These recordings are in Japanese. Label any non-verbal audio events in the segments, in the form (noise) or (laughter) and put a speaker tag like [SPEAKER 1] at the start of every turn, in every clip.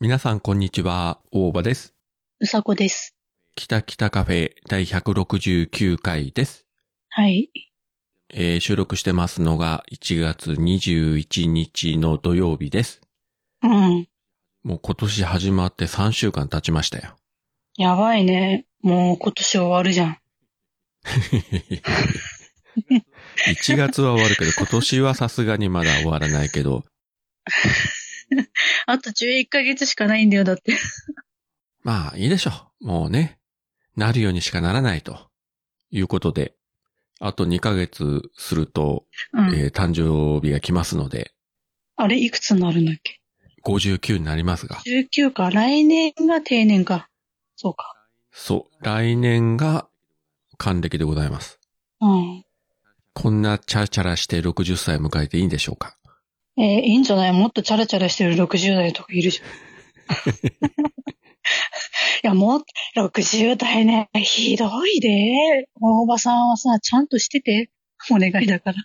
[SPEAKER 1] 皆さん、こんにちは。大場です。
[SPEAKER 2] うさこです。
[SPEAKER 1] 北北カフェ第169回です。
[SPEAKER 2] はい。
[SPEAKER 1] えー収録してますのが1月21日の土曜日です。
[SPEAKER 2] うん。
[SPEAKER 1] もう今年始まって3週間経ちましたよ。
[SPEAKER 2] やばいね。もう今年終わるじゃん。
[SPEAKER 1] 1月は終わるけど、今年はさすがにまだ終わらないけど、
[SPEAKER 2] あと11ヶ月しかないんだよ、だって。
[SPEAKER 1] まあいいでしょう。もうね、なるようにしかならないということで、あと2ヶ月すると、
[SPEAKER 2] うん。
[SPEAKER 1] えー誕生日が来ますので、
[SPEAKER 2] あれ、いくつになるんだっけ
[SPEAKER 1] 59になりますが、
[SPEAKER 2] ?19 か。来年が定年か。そうか。
[SPEAKER 1] そう、来年が還暦でございます。
[SPEAKER 2] うん。
[SPEAKER 1] こんなチャラチャラして60歳迎えていいんでしょうか
[SPEAKER 2] えーいいんじゃないもっとチャラチャラしてる60代とかいる
[SPEAKER 1] (laughs)
[SPEAKER 2] じゃん。いや、もう、60代ね、ひどいで。大場さんはさ、ちゃんとしてて。お願いだから。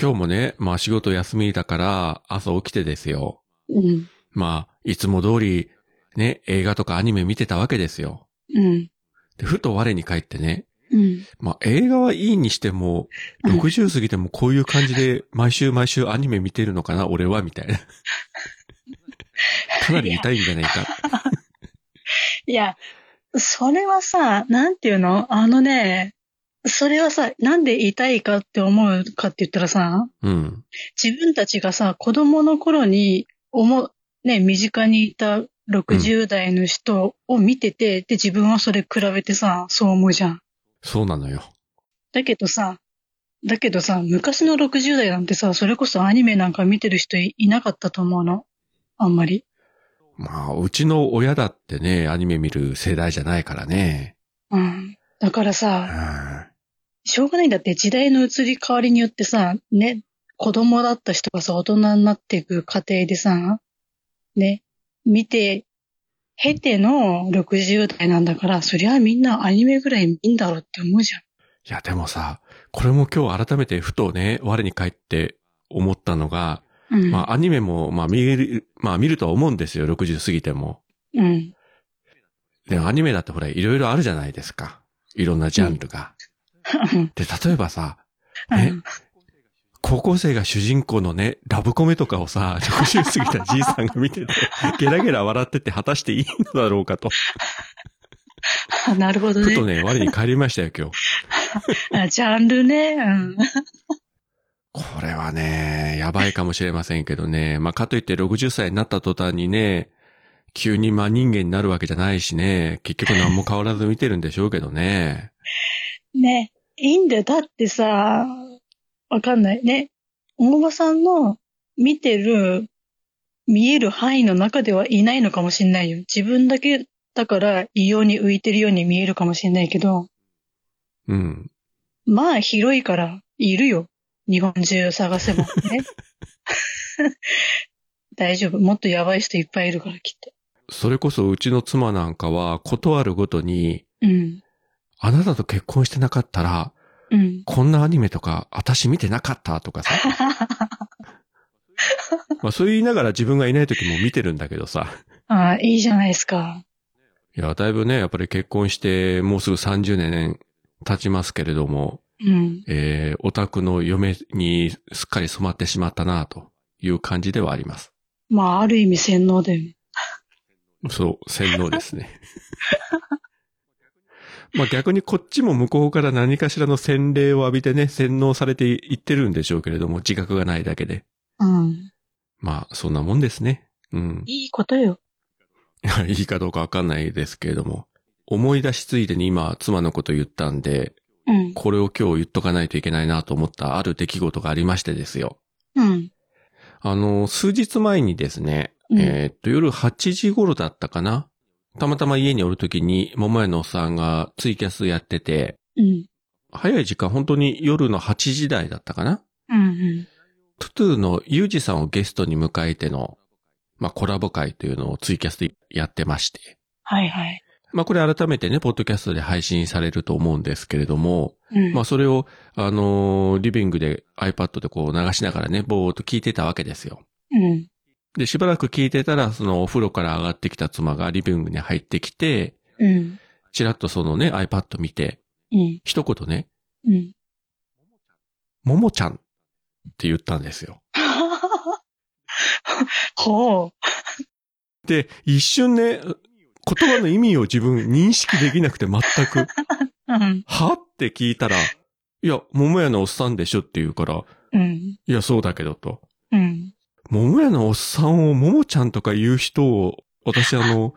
[SPEAKER 1] 今日もね、まあ仕事休みだから朝起きてですよ。
[SPEAKER 2] うん。
[SPEAKER 1] まあ、いつも通りね、映画とかアニメ見てたわけですよ。
[SPEAKER 2] うん。
[SPEAKER 1] でふと我に返ってね、
[SPEAKER 2] うん。
[SPEAKER 1] まあ映画はいいにしても、
[SPEAKER 2] うん
[SPEAKER 1] 60過ぎてもこういう感じで毎週毎週アニメ見てるのかな俺はみたいな。かなり痛いんじゃないか。
[SPEAKER 2] いや、それはさ、なんていうのあのね、それはさ、なんで痛いかって思うかって言ったらさ、
[SPEAKER 1] うん。
[SPEAKER 2] 自分たちがさ、子供の頃に思う、ね、身近にいた60代の人を見てて、で、自分はそれ比べてさ、そう思うじゃん。
[SPEAKER 1] そうなのよ。
[SPEAKER 2] だけどさ、だけどさ、昔の60代なんてさ、それこそアニメなんか見てる人いいなかったと思うの。あんまり。
[SPEAKER 1] まあ、うちの親だってね、アニメ見る世代じゃないからね。
[SPEAKER 2] うん。だから
[SPEAKER 1] う
[SPEAKER 2] さ、
[SPEAKER 1] ん
[SPEAKER 2] しょうがないんだって時代の移り変わりによってさ、ね、子供だった人がさ、大人になっていく過程でさ、ね、見て、経ての60代なんだから、そりゃみんなアニメぐらい見んだろうって思うじゃ
[SPEAKER 1] い
[SPEAKER 2] ん。
[SPEAKER 1] や、でもさ、これも今日改めてふとね、我に返って思ったのが、
[SPEAKER 2] うん。
[SPEAKER 1] まあ、アニメも、まあ、見る、まあ、見るとは思うんですよ、60過ぎても。
[SPEAKER 2] うん。
[SPEAKER 1] でも、アニメだってほら、いろいろあるじゃないですか。いろんなジャンルが。で、例えばさ、ね
[SPEAKER 2] うん
[SPEAKER 1] 高校生が主人公のね、ラブコメとかをさ、60過ぎたじいさんが見てて、ゲラゲラ笑ってて果たしていいのだろうかと、
[SPEAKER 2] あ (laughs) なるほど
[SPEAKER 1] ふ
[SPEAKER 2] ね
[SPEAKER 1] とね、我に返りましたよ、今日。
[SPEAKER 2] あジャンルね。うん。
[SPEAKER 1] これはね、やばいかもしれませんけどね。まあ、かといって60歳になった途端にね、急に真人間になるわけじゃないしね、結局何も変わらず見てるんでしょうけどね。
[SPEAKER 2] ね、いいんだよ。だってさ、わかんない。ね、大場さんの見てる、見える範囲の中ではいないのかもしれないよ。自分だけだから異様に浮いてるように見えるかもしれないけど、
[SPEAKER 1] うん。
[SPEAKER 2] まあ広いからいるよ。日本中探せばね。大丈夫。もっとやばい人いっぱいいるからきっと。
[SPEAKER 1] それこそうちの妻なんかは、ことあるごとに、
[SPEAKER 2] うん。
[SPEAKER 1] あなたと結婚してなかったら、
[SPEAKER 2] うん。
[SPEAKER 1] こんなアニメとか、私見てなかったとかさ。まあそう言いながら自分がいない時も見てるんだけどさ。
[SPEAKER 2] ああ、いいじゃないですか。
[SPEAKER 1] いや、だいぶね、やっぱり結婚してもうすぐ30年経ちますけれども、
[SPEAKER 2] うん。
[SPEAKER 1] えー、オタクの嫁にすっかり染まってしまったなという感じではあります。
[SPEAKER 2] まあ、ある意味洗脳だよね。
[SPEAKER 1] そう、洗脳ですね。 (laughs) まあ逆にこっちも向こうから何かしらの洗礼を浴びてね、洗脳されていってるんでしょうけれども、自覚がないだけで。
[SPEAKER 2] うん。
[SPEAKER 1] まあそんなもんですね。うん。 (laughs)
[SPEAKER 2] いいことよ。
[SPEAKER 1] いいかどうかわかんないですけれども。思い出しついでに今妻のこと言ったんで、
[SPEAKER 2] うん。
[SPEAKER 1] これを今日言っとかないといけないなと思ったある出来事がありましてですよ。
[SPEAKER 2] うん。
[SPEAKER 1] あの、数日前にですね、
[SPEAKER 2] うん
[SPEAKER 1] えーっと、夜8時頃だったかな。たまたま家におるときに、桃屋のおっさんがツイキャスやってて、
[SPEAKER 2] うん。
[SPEAKER 1] 早い時間、本当に夜の8時台だったかな。
[SPEAKER 2] うん。
[SPEAKER 1] トゥトゥのユージさんをゲストに迎えての、まあ、コラボ会というのをツイキャスでやってまして。
[SPEAKER 2] はいはい。
[SPEAKER 1] まあ、これ改めてね、ポッドキャストで配信されると思うんですけれども、
[SPEAKER 2] うん。
[SPEAKER 1] まあ、それを、あのーリビングで iPad でこう流しながらね、ぼーっと聞いてたわけですよ。
[SPEAKER 2] うん。
[SPEAKER 1] で、しばらく聞いてたら、そのお風呂から上がってきた妻がリビングに入ってきて、
[SPEAKER 2] うん。
[SPEAKER 1] ちらっとそのね、iPad 見て、
[SPEAKER 2] うん。
[SPEAKER 1] 一言ね、
[SPEAKER 2] うん。
[SPEAKER 1] ももちゃんって言ったんですよ。
[SPEAKER 2] ほ
[SPEAKER 1] で、一瞬ね、言葉の意味を自分認識できなくて全く、 (laughs)
[SPEAKER 2] う。うん。
[SPEAKER 1] はって聞いたら、いや、桃屋のおっさんでしょって言うから、
[SPEAKER 2] うん。
[SPEAKER 1] いや、そうだけどと。
[SPEAKER 2] うん。
[SPEAKER 1] 桃屋のおっさんを桃ちゃんとか言う人を、私あの、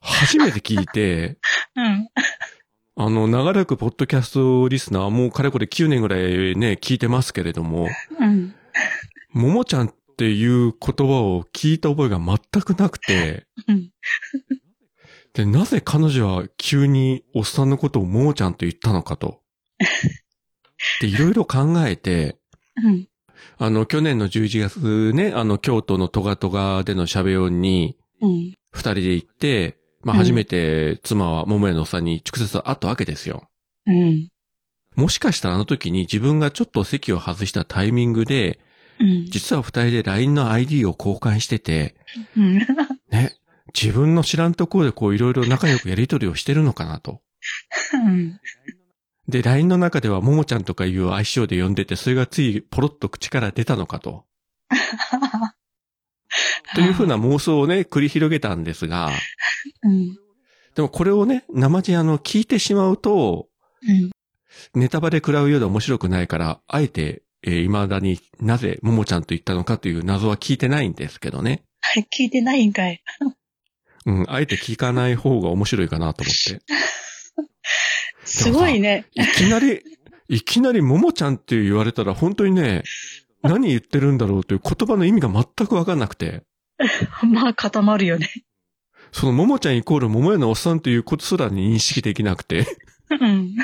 [SPEAKER 1] 初めて聞いて、
[SPEAKER 2] うん。
[SPEAKER 1] あの、長らくポッドキャストリスナー、もうかれこれ9年ぐらいね、聞いてますけれど
[SPEAKER 2] (laughs)
[SPEAKER 1] も、
[SPEAKER 2] うん。
[SPEAKER 1] 桃ちゃんっていう言葉を聞いた覚えが全くなくて、
[SPEAKER 2] うん。
[SPEAKER 1] で、なぜ彼女は急におっさんのことをももちゃんと言ったのかと。で、いろいろ考えて、
[SPEAKER 2] うん。
[SPEAKER 1] あの、去年の11月ね、あの、京都のトガトガでの喋音に
[SPEAKER 2] うん。
[SPEAKER 1] 二人で行って、まあ、
[SPEAKER 2] うん
[SPEAKER 1] 初めて妻は桃屋のおっさんに直接会ったわけですよ。
[SPEAKER 2] うん。
[SPEAKER 1] もしかしたらあの時に自分がちょっと席を外したタイミングで、
[SPEAKER 2] うん。
[SPEAKER 1] 実は二人で LINE の ID を交換してて、
[SPEAKER 2] うん。
[SPEAKER 1] ね、自分の知らんところでこういろいろ仲良くやりとりをしてるのかなと。
[SPEAKER 2] うん。
[SPEAKER 1] で、LINE の中ではももちゃんとかいう愛称で呼んでて、それがついポロッと口から出たのかと。というふうな妄想をね、繰り広げたんですが、
[SPEAKER 2] うん。
[SPEAKER 1] でもこれをね、生地あの、聞いてしまうと、
[SPEAKER 2] うん。
[SPEAKER 1] ネタバレ食らうようで面白くないから、あえて、えー未だになぜももちゃんと言ったのかという謎は聞いてないんですけどね。
[SPEAKER 2] はい、聞いてないんかい。
[SPEAKER 1] うん、あえて聞かない方が面白いかなと思って。
[SPEAKER 2] すごいね。
[SPEAKER 1] いきなり、いきなりももちゃんって言われたら本当にね、何言ってるんだろうという言葉の意味が全くわかんなくて。
[SPEAKER 2] まあ、固まるよね。
[SPEAKER 1] その、ももちゃんイコール桃屋のおっさんということすら認識できなくて、
[SPEAKER 2] うん。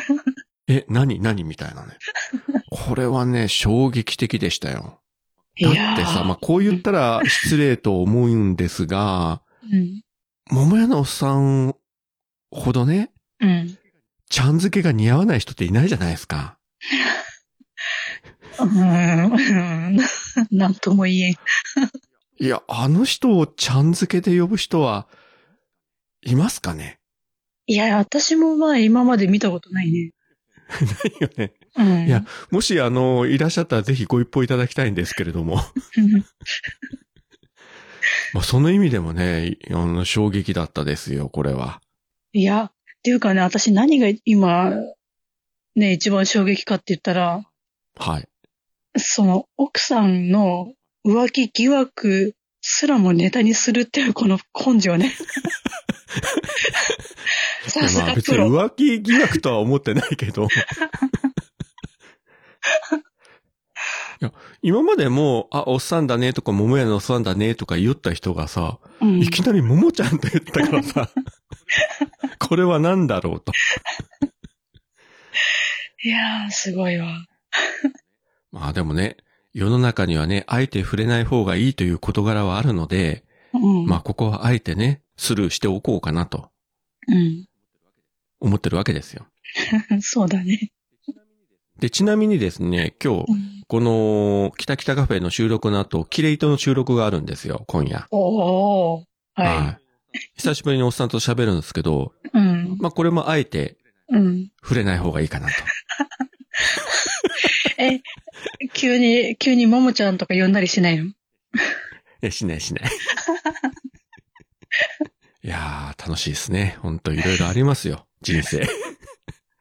[SPEAKER 1] え、何何みたいなね。これはね、衝撃的でしたよ。
[SPEAKER 2] い
[SPEAKER 1] だ
[SPEAKER 2] や
[SPEAKER 1] ってさ、
[SPEAKER 2] ー
[SPEAKER 1] まあ、こう言ったら失礼と思うんですが、
[SPEAKER 2] うん。
[SPEAKER 1] 桃屋のおっさんほどね、
[SPEAKER 2] うん。
[SPEAKER 1] ちゃん漬けが似合わない人っていないじゃないですか。
[SPEAKER 2] うん。なんとも言えん。
[SPEAKER 1] いや、あの人をちゃん漬けで呼ぶ人は、いますかね
[SPEAKER 2] いや、私もまあ、今まで見たことないね。
[SPEAKER 1] ないよね。
[SPEAKER 2] うん。
[SPEAKER 1] いやもし、あの、いらっしゃったらぜひご一報いただきたいんですけれども。
[SPEAKER 2] うん。
[SPEAKER 1] (laughs) まあ、その意味でもね、あの、衝撃だったですよ、これは。
[SPEAKER 2] (laughs) いや、っていうかね、私何が今、ね、一番衝撃かって言ったら、
[SPEAKER 1] はい。
[SPEAKER 2] その奥さんの浮気疑惑すらもネタにするっていうこの根性
[SPEAKER 1] (laughs)
[SPEAKER 2] ね。さす
[SPEAKER 1] まあ
[SPEAKER 2] が
[SPEAKER 1] 別に
[SPEAKER 2] プロ。
[SPEAKER 1] 浮気疑惑とは思ってないけ
[SPEAKER 2] (laughs)
[SPEAKER 1] ど。いや今までも、あ、おっさんだねとか、桃屋のおっさんだねとか言った人がさ、
[SPEAKER 2] うん
[SPEAKER 1] いきなり桃ちゃんと言ったから
[SPEAKER 2] (laughs)
[SPEAKER 1] さ、これは何だろうと。
[SPEAKER 2] いやー、すごいわ。
[SPEAKER 1] まあでもね、世の中にはね、あえて触れない方がいいという事柄はあるので、
[SPEAKER 2] うん。
[SPEAKER 1] まあここはあえてね、スルーしておこうかなと
[SPEAKER 2] う
[SPEAKER 1] 思ってるわけですよ。
[SPEAKER 2] ん。 (laughs) そうだね。
[SPEAKER 1] で、ちなみにですね、今
[SPEAKER 2] う
[SPEAKER 1] 日、
[SPEAKER 2] ん
[SPEAKER 1] この、北北カフェの収録の後、キレイトの収録があるんですよ、今夜。。
[SPEAKER 2] おー。はい
[SPEAKER 1] 久しぶりにおっさんと喋るんですけど、
[SPEAKER 2] い。うん。
[SPEAKER 1] まあ、これもあえて
[SPEAKER 2] うん。
[SPEAKER 1] 触れない方がいいかなと。 (laughs)
[SPEAKER 2] え、急に、急にももちゃんとか呼んだりしないの
[SPEAKER 1] え、しないし
[SPEAKER 2] (laughs)
[SPEAKER 1] ない。いやー、楽しいですね。ほんといろいろありますよ、人生。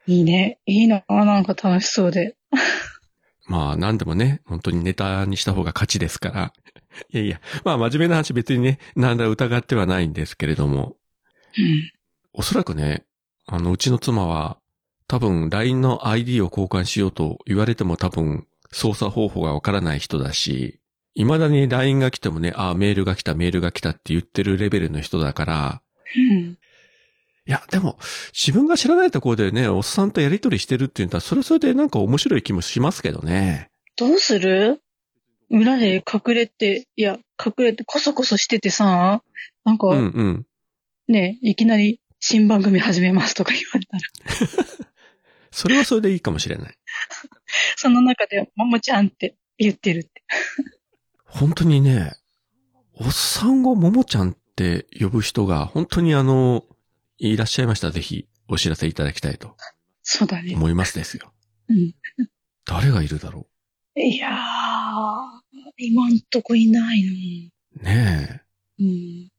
[SPEAKER 2] いいね。いいな。なんか楽しそうで。
[SPEAKER 1] まあ、なんでもね、本当にネタにした方が勝ちですから。 (laughs) いやいや、まあ、真面目な話別にね、なんだ疑ってはないんですけれども、
[SPEAKER 2] うん。
[SPEAKER 1] おそらくね、あの、うちの妻は、多分 LINE の ID を交換しようと言われても多分操作方法がわからない人だし、未だに LINE が来てもね、ああ、メールが来た、メールが来たって言ってるレベルの人だから、
[SPEAKER 2] うん。
[SPEAKER 1] いや、でも、自分が知らないところでね、おっさんとやりとりしてるっていうんだったら、それはそれでなんか面白い気もしますけどね。
[SPEAKER 2] どうする裏で隠れて、いや、隠れて、こそこそしててさ、なんか、
[SPEAKER 1] うんうん。
[SPEAKER 2] ね、いきなり新番組始めますとか言われたら、 (laughs)
[SPEAKER 1] それはそれでいいかもしれない。
[SPEAKER 2] その中で、ももちゃんって言ってるって。
[SPEAKER 1] 本当にね、おっさんをももちゃんって呼ぶ人が本当にあの、いらっしゃいましたらぜひお知らせいただきたいと
[SPEAKER 2] そうだね。
[SPEAKER 1] 思いますですよ。
[SPEAKER 2] うん。
[SPEAKER 1] 誰がいるだろ
[SPEAKER 2] いやー、今んとこいないの。
[SPEAKER 1] うねえ。
[SPEAKER 2] うん。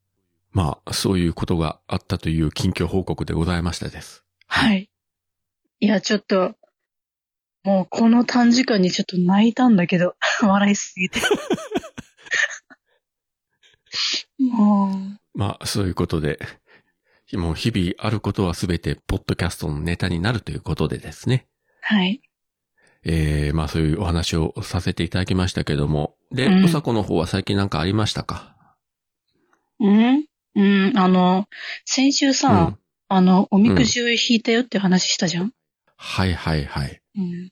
[SPEAKER 1] まあ、そういうことがあったという近況報告でございましたです。
[SPEAKER 2] はい。いや、ちょっと、もうこの短時間にちょっと泣いたんだけど、 (laughs) 笑いすぎて。も
[SPEAKER 1] まあ、そういうことで、もう日々あることはすべてポッドキャストのネタになるということでですね。
[SPEAKER 2] う、はい。
[SPEAKER 1] えー、まあそういうお話をさせていただきましたけども。で、
[SPEAKER 2] うん
[SPEAKER 1] おさこの方は最近なんかありましたか
[SPEAKER 2] うんうん、あの、先週
[SPEAKER 1] う
[SPEAKER 2] さ、
[SPEAKER 1] ん。
[SPEAKER 2] あの、おみくじを引いたよって話したじゃん。
[SPEAKER 1] はいはいはい。
[SPEAKER 2] うん。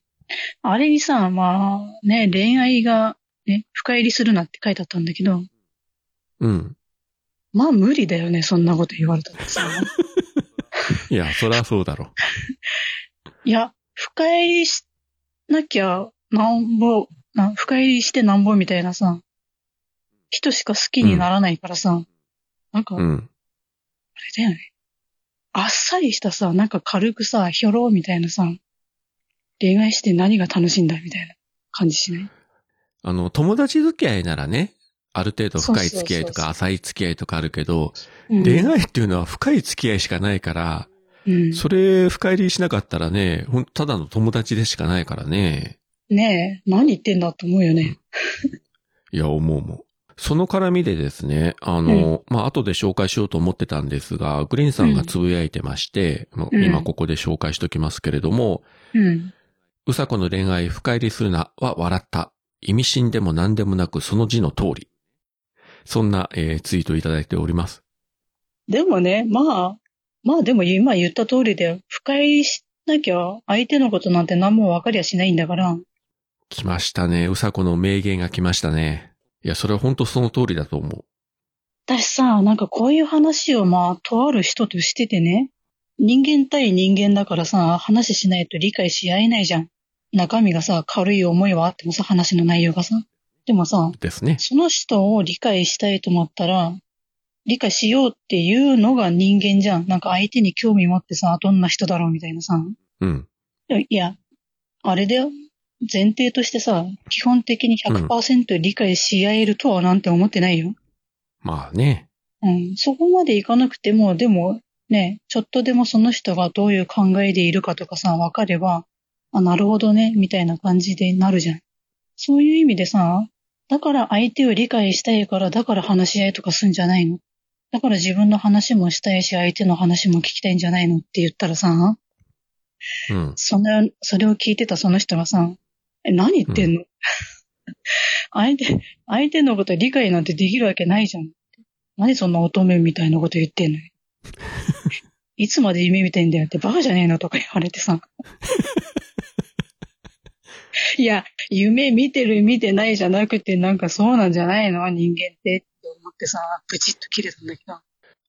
[SPEAKER 2] あれにさ、まあ、ね、恋愛が、ね、深入りするなって書いてあったんだけど、
[SPEAKER 1] うん。
[SPEAKER 2] まあ無理だよね、そんなこと言われたらさ。
[SPEAKER 1] いや、そりゃそうだろ
[SPEAKER 2] いや、深入りしなきゃ、なんぼ、な深入りしてなんぼみたいなさ、人しか好きにならないからさ、なんか、
[SPEAKER 1] う。う
[SPEAKER 2] あれ
[SPEAKER 1] ん。
[SPEAKER 2] だよね。あっさりしたさ、なんか軽くさ、ひょろーみたいなさ、恋愛して何が楽しいんだみたいな感じしない
[SPEAKER 1] あの、友達付き合いならね、ある程度深い付き合いと
[SPEAKER 2] そうそうそうそ
[SPEAKER 1] か浅い付き合いとかあるけど、
[SPEAKER 2] うん
[SPEAKER 1] 恋愛っていうのは深い付き合いしかないから、
[SPEAKER 2] うん。
[SPEAKER 1] それ深入りしなかったらね、ほんただの友達でしかないからね。
[SPEAKER 2] ねえ、何言ってんだと思うよね。
[SPEAKER 1] いや、思うもん。その絡みでですね、あの、まあ、後で紹介しようと思ってたんですが、グリーンさんがつぶやいてまして、もう
[SPEAKER 2] うん
[SPEAKER 1] 今ここで紹介しときますけれども、
[SPEAKER 2] うん。
[SPEAKER 1] うさこの恋愛深入りするなは笑った。意味深でも何でもなくその字の通り。そんな、えーツイートをいただいております。
[SPEAKER 2] でもね、まあ、まあでも今言った通りだよ。深入りしなきゃ相手のことなんて何も分かりゃしないんだから。
[SPEAKER 1] 来ましたね。うさこの名言が来ましたね。いや、それは本当その通りだと思う。
[SPEAKER 2] 私さ、なんかこういう話をまあ、とある人としててね、人間対人間だからさ、話しないと理解し合えないじゃん。中身がさ、軽い思いはあってもさ、話の内容がさ。でもさ、
[SPEAKER 1] ですね。
[SPEAKER 2] その人を理解したいと思ったら、理解しようっていうのが人間じゃん。なんか相手に興味持ってさ、どんな人だろうみたいなさ。
[SPEAKER 1] うん。
[SPEAKER 2] でもいや、あれだよ。前提としてさ、基本的に100%理解し合えるとはなんて思ってないよ。
[SPEAKER 1] まあね。
[SPEAKER 2] うん、そこまでいかなくても、でもね、ちょっとでもその人がどういう考えでいるかとかさ、わかれば、あ、なるほどね、みたいな感じでなるじゃん。そういう意味でさ、だから相手を理解したいから、だから話し合いとかすんじゃないのだから自分の話もしたいし、相手の話も聞きたいんじゃないのって言ったらさ、
[SPEAKER 1] うん。
[SPEAKER 2] その、それを聞いてたその人がさ、え、何言ってんの、 (laughs) 相手、相手のこと理解なんてできるわけないじゃん。何そんな乙女みたいなこと言ってん
[SPEAKER 1] (laughs)
[SPEAKER 2] のいつまで夢見てんだよってバカじゃねえのとか言われ
[SPEAKER 1] (laughs)
[SPEAKER 2] てさ。いや、夢見てる見てないじゃなくて、なんかそうなんじゃないの人間ってって思ってさ、ブチッと切れたんだけど。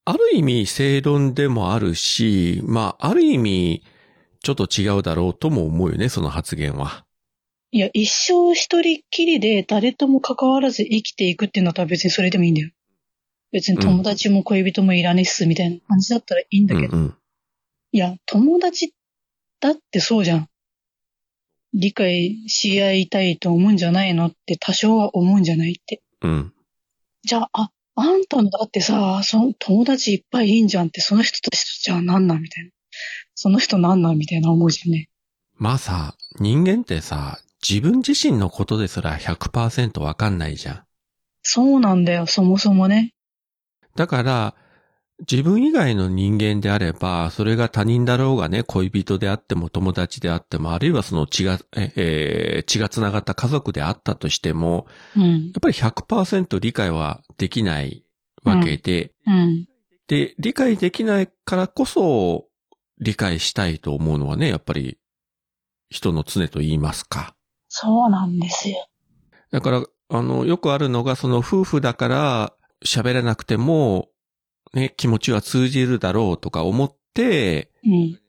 [SPEAKER 1] ある意味正論でもあるし、まあ、ある意味、ちょっと違うだろうとも思うよね、その発言は。
[SPEAKER 2] いや、一生一人っきりで誰とも関わらず生きていくっていうのとは別にそれでもいいんだよ。別に友達も恋人もいらねえっすみたいな感じだったらいいんだ
[SPEAKER 1] うん
[SPEAKER 2] け
[SPEAKER 1] う
[SPEAKER 2] ど。
[SPEAKER 1] ん。
[SPEAKER 2] いや、友達だってそうじゃん。理解し合いたいと思うんじゃないのって多少は思うんじゃないって。
[SPEAKER 1] うん。
[SPEAKER 2] じゃあ、あ、あんたのだってさ、その友達いっぱいいいんじゃんって、その人たちとじゃあなんなんみたいな。その人なんなんみたいな思うじゃんね。
[SPEAKER 1] まあさ、人間ってさ、自分自身のことですら100%わかんないじゃん。
[SPEAKER 2] そうなんだよ、そもそもね。
[SPEAKER 1] だから、自分以外の人間であれば、それが他人だろうがね、恋人であっても友達であっても、あるいはその血が、ええー血が繋がった家族であったとしても、
[SPEAKER 2] うん。
[SPEAKER 1] やっぱり100%理解はできないわけで、
[SPEAKER 2] うん。
[SPEAKER 1] で、理解できないからこそ、理解したいと思うのはね、やっぱり、人の常と言いますか。
[SPEAKER 2] そうなんですよ。
[SPEAKER 1] だから、あの、よくあるのが、その夫婦だから、喋れなくても、ね、気持ちは通じるだろうとか思って、
[SPEAKER 2] うん。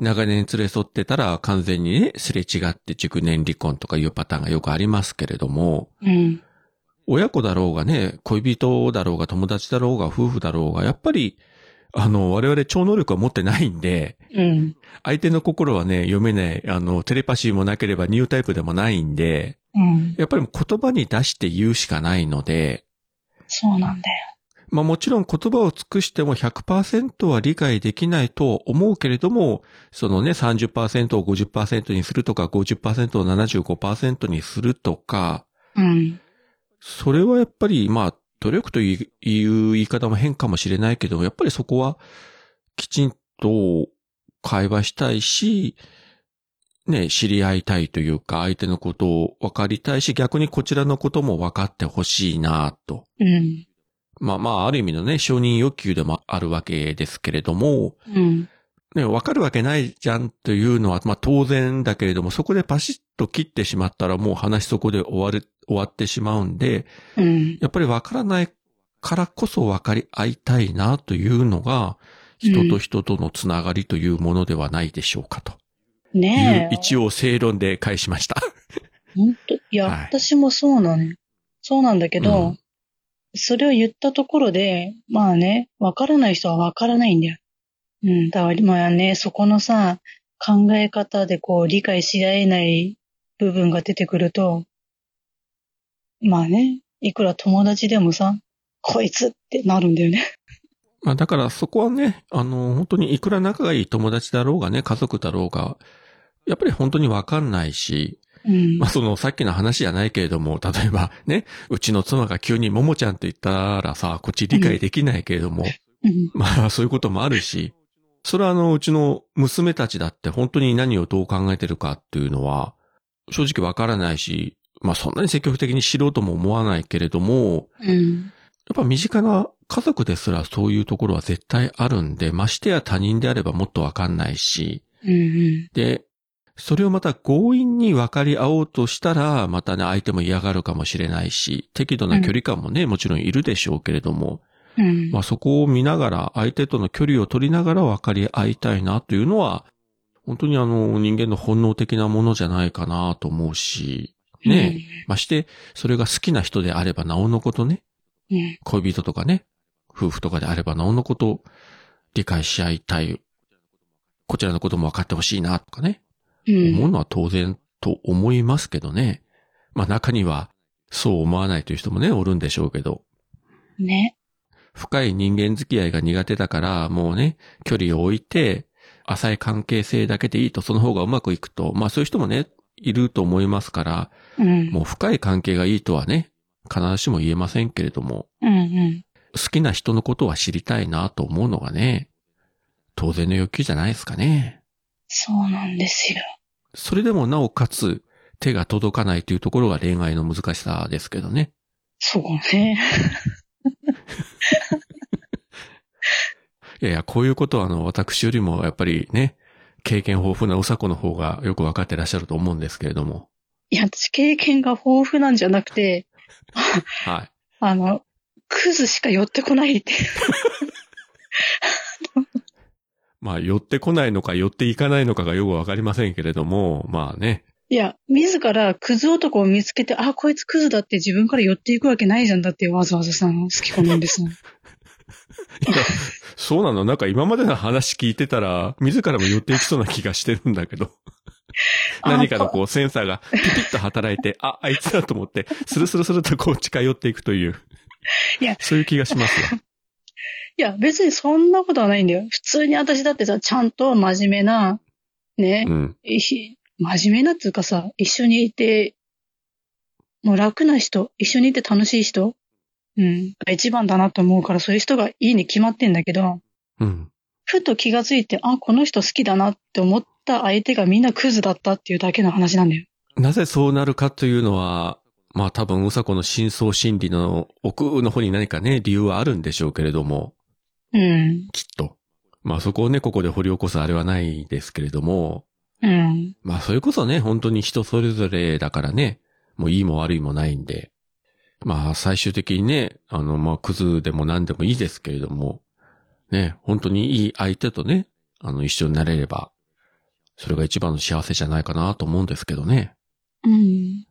[SPEAKER 1] 長年連れ添ってたら完全にね、すれ違って熟年離婚とかいうパターンがよくありますけれども、
[SPEAKER 2] うん。
[SPEAKER 1] 親子だろうがね、恋人だろうが友達だろうが夫婦だろうが、やっぱり、あの、我々超能力は持ってないんで、
[SPEAKER 2] うん。
[SPEAKER 1] 相手の心はね、読めない、あの、テレパシーもなければニュータイプでもないんで、
[SPEAKER 2] うん。
[SPEAKER 1] やっぱりもう言葉に出して言うしかないので、
[SPEAKER 2] そうなんだよ。
[SPEAKER 1] まあもちろん言葉を尽くしても100%は理解できないと思うけれども、そのね、30%を50%にするとか、50%を75%にするとか、
[SPEAKER 2] うん。
[SPEAKER 1] それはやっぱり、まあ、努力といういう言い方も変かもしれないけど、やっぱりそこはきちんと会話したいし、ね、知り合いたいというか、相手のことを分かりたいし、逆にこちらのことも分かってほしいなと。
[SPEAKER 2] うん。
[SPEAKER 1] まあまあ、ある意味のね、承認欲求でもあるわけですけれども、
[SPEAKER 2] うん。
[SPEAKER 1] ね、分かるわけないじゃんというのは、まあ当然だけれども、そこでパシッと切ってしまったらもう話そこで終わる、終わってしまうんで、
[SPEAKER 2] うん。
[SPEAKER 1] やっぱり分からないからこそ分かり合いたいなというのが、人と人とのつながりというものではないでしょうかという
[SPEAKER 2] ね、え。
[SPEAKER 1] 一応正論で返しました。 (laughs)
[SPEAKER 2] 本当いや、
[SPEAKER 1] はい
[SPEAKER 2] 私もそうなのよ。そうなんだけ
[SPEAKER 1] う
[SPEAKER 2] ど、
[SPEAKER 1] ん
[SPEAKER 2] それを言ったところで、まあね、わからない人はわからないんだよ。うん、だからまあね、そこのさ、考え方でこう理解し合えない部分が出てくると、まあね、いくら友達でもさ、こいつってなるんだよね。
[SPEAKER 1] まあだからそこはね、あの、本当にいくら仲がいい友達だろうがね、家族だろうが、やっぱり本当に分かんないし、
[SPEAKER 2] うん
[SPEAKER 1] まあ。そのさっきの話じゃないけれども、 (laughs) 例えばね、うちの妻が急にももちゃんって言ったらさ、こっち理解できないけれども、
[SPEAKER 2] うん。
[SPEAKER 1] (laughs) まあ、そういうこともあるし、それはあの、うちの娘たちだって本当に何をどう考えてるかっていうのは、正直わからないし、まあそんなに積極的に知ろうとも思わないけれども、
[SPEAKER 2] うん。
[SPEAKER 1] やっぱ身近な家族ですらそういうところは絶対あるんで、ましてや他人であればもっとわかんないし、
[SPEAKER 2] うん。
[SPEAKER 1] で、それをまた強引に分かり合おうとしたら、またね、相手も嫌がるかもしれないし、適度な距離感もね、もちろんいるでしょうけれども、
[SPEAKER 2] うん。
[SPEAKER 1] まあ、そこを見ながら、相手との距離を取りながら分かり合いたいなというのは、本当にあの、人間の本能的なものじゃないかなと思うし、ねまして、それが好きな人であればなおのことね、
[SPEAKER 2] え。うん。
[SPEAKER 1] 恋人とかね、夫婦とかであればなおのこと、理解し合いたい。こちらのことも分かってほしいなとかね、
[SPEAKER 2] うん。
[SPEAKER 1] 思うのは当然と思いますけどね。まあ中には、そう思わないという人もね、おるんでしょうけど。
[SPEAKER 2] ね。
[SPEAKER 1] 深い人間付き合いが苦手だから、もうね、距離を置いて、浅い関係性だけでいいと、その方がうまくいくと。まあそういう人もね、いると思いますから、
[SPEAKER 2] うん。
[SPEAKER 1] もう深い関係がいいとはね、必ずしも言えませんけれども、
[SPEAKER 2] うん。うん。
[SPEAKER 1] 好きな人のことは知りたいなと思うのがね、当然の欲求じゃないですかね。
[SPEAKER 2] そうなんですよ。
[SPEAKER 1] それでもなおかつ、手が届かないというところが恋愛の難しさですけどね。
[SPEAKER 2] そうね。
[SPEAKER 1] いやいや、こういうことはあの、私よりもやっぱりね、経験豊富なうさこの方がよくわかってらっしゃると思うんですけれども。
[SPEAKER 2] いや、私経験が豊富なんじゃなくて、
[SPEAKER 1] はい。
[SPEAKER 2] あの、クズしか寄ってこないって。
[SPEAKER 1] まあ、寄ってこないのか寄っていかないのかがよくわかりませんけれども、まあね。
[SPEAKER 2] いや、自らクズ男を見つけて、あ、こいつクズだって自分から寄っていくわけないじゃんだってわざわざさ、好き好んでさ。
[SPEAKER 1] いやそうなのなんか今までの話聞いてたら、自らも寄っていきそうな気がしてるんだけど。
[SPEAKER 2] あ
[SPEAKER 1] 何かのこうセンサーがピピッと働いて、あ、あいつだと思って、スルスルスルとこう近寄っていくという。
[SPEAKER 2] いや
[SPEAKER 1] そういう気がしますよ。
[SPEAKER 2] いや、別にそんなことはないんだよ。普通に私だってさ、ちゃんと真面目な、ね
[SPEAKER 1] う、ん。
[SPEAKER 2] い真面目なっていうかさ、一緒にいて、もう楽な人、一緒にいて楽しい人、うん、が一番だなと思うから、そういう人がいいに決まってんだけど、
[SPEAKER 1] うん。
[SPEAKER 2] ふと気がついて、あ、この人好きだなって思った相手がみんなクズだったっていうだけの話なんだよ。
[SPEAKER 1] なぜそうなるかというのは、まあ多分、うさこの真相心理の奥の方に何かね、理由はあるんでしょうけれども、
[SPEAKER 2] うん。
[SPEAKER 1] きっと。まあそこをね、ここで掘り起こすあれはないですけれども、
[SPEAKER 2] うん。
[SPEAKER 1] まあそれこそね、本当に人それぞれだからね、もういいも悪いもないんで、まあ最終的にね、あの、まあクズでも何でもいいですけれども、ね、本当にいい相手とね、あの、一緒になれれば、それが一番の幸せじゃないかなと思うんですけどね。
[SPEAKER 2] うん。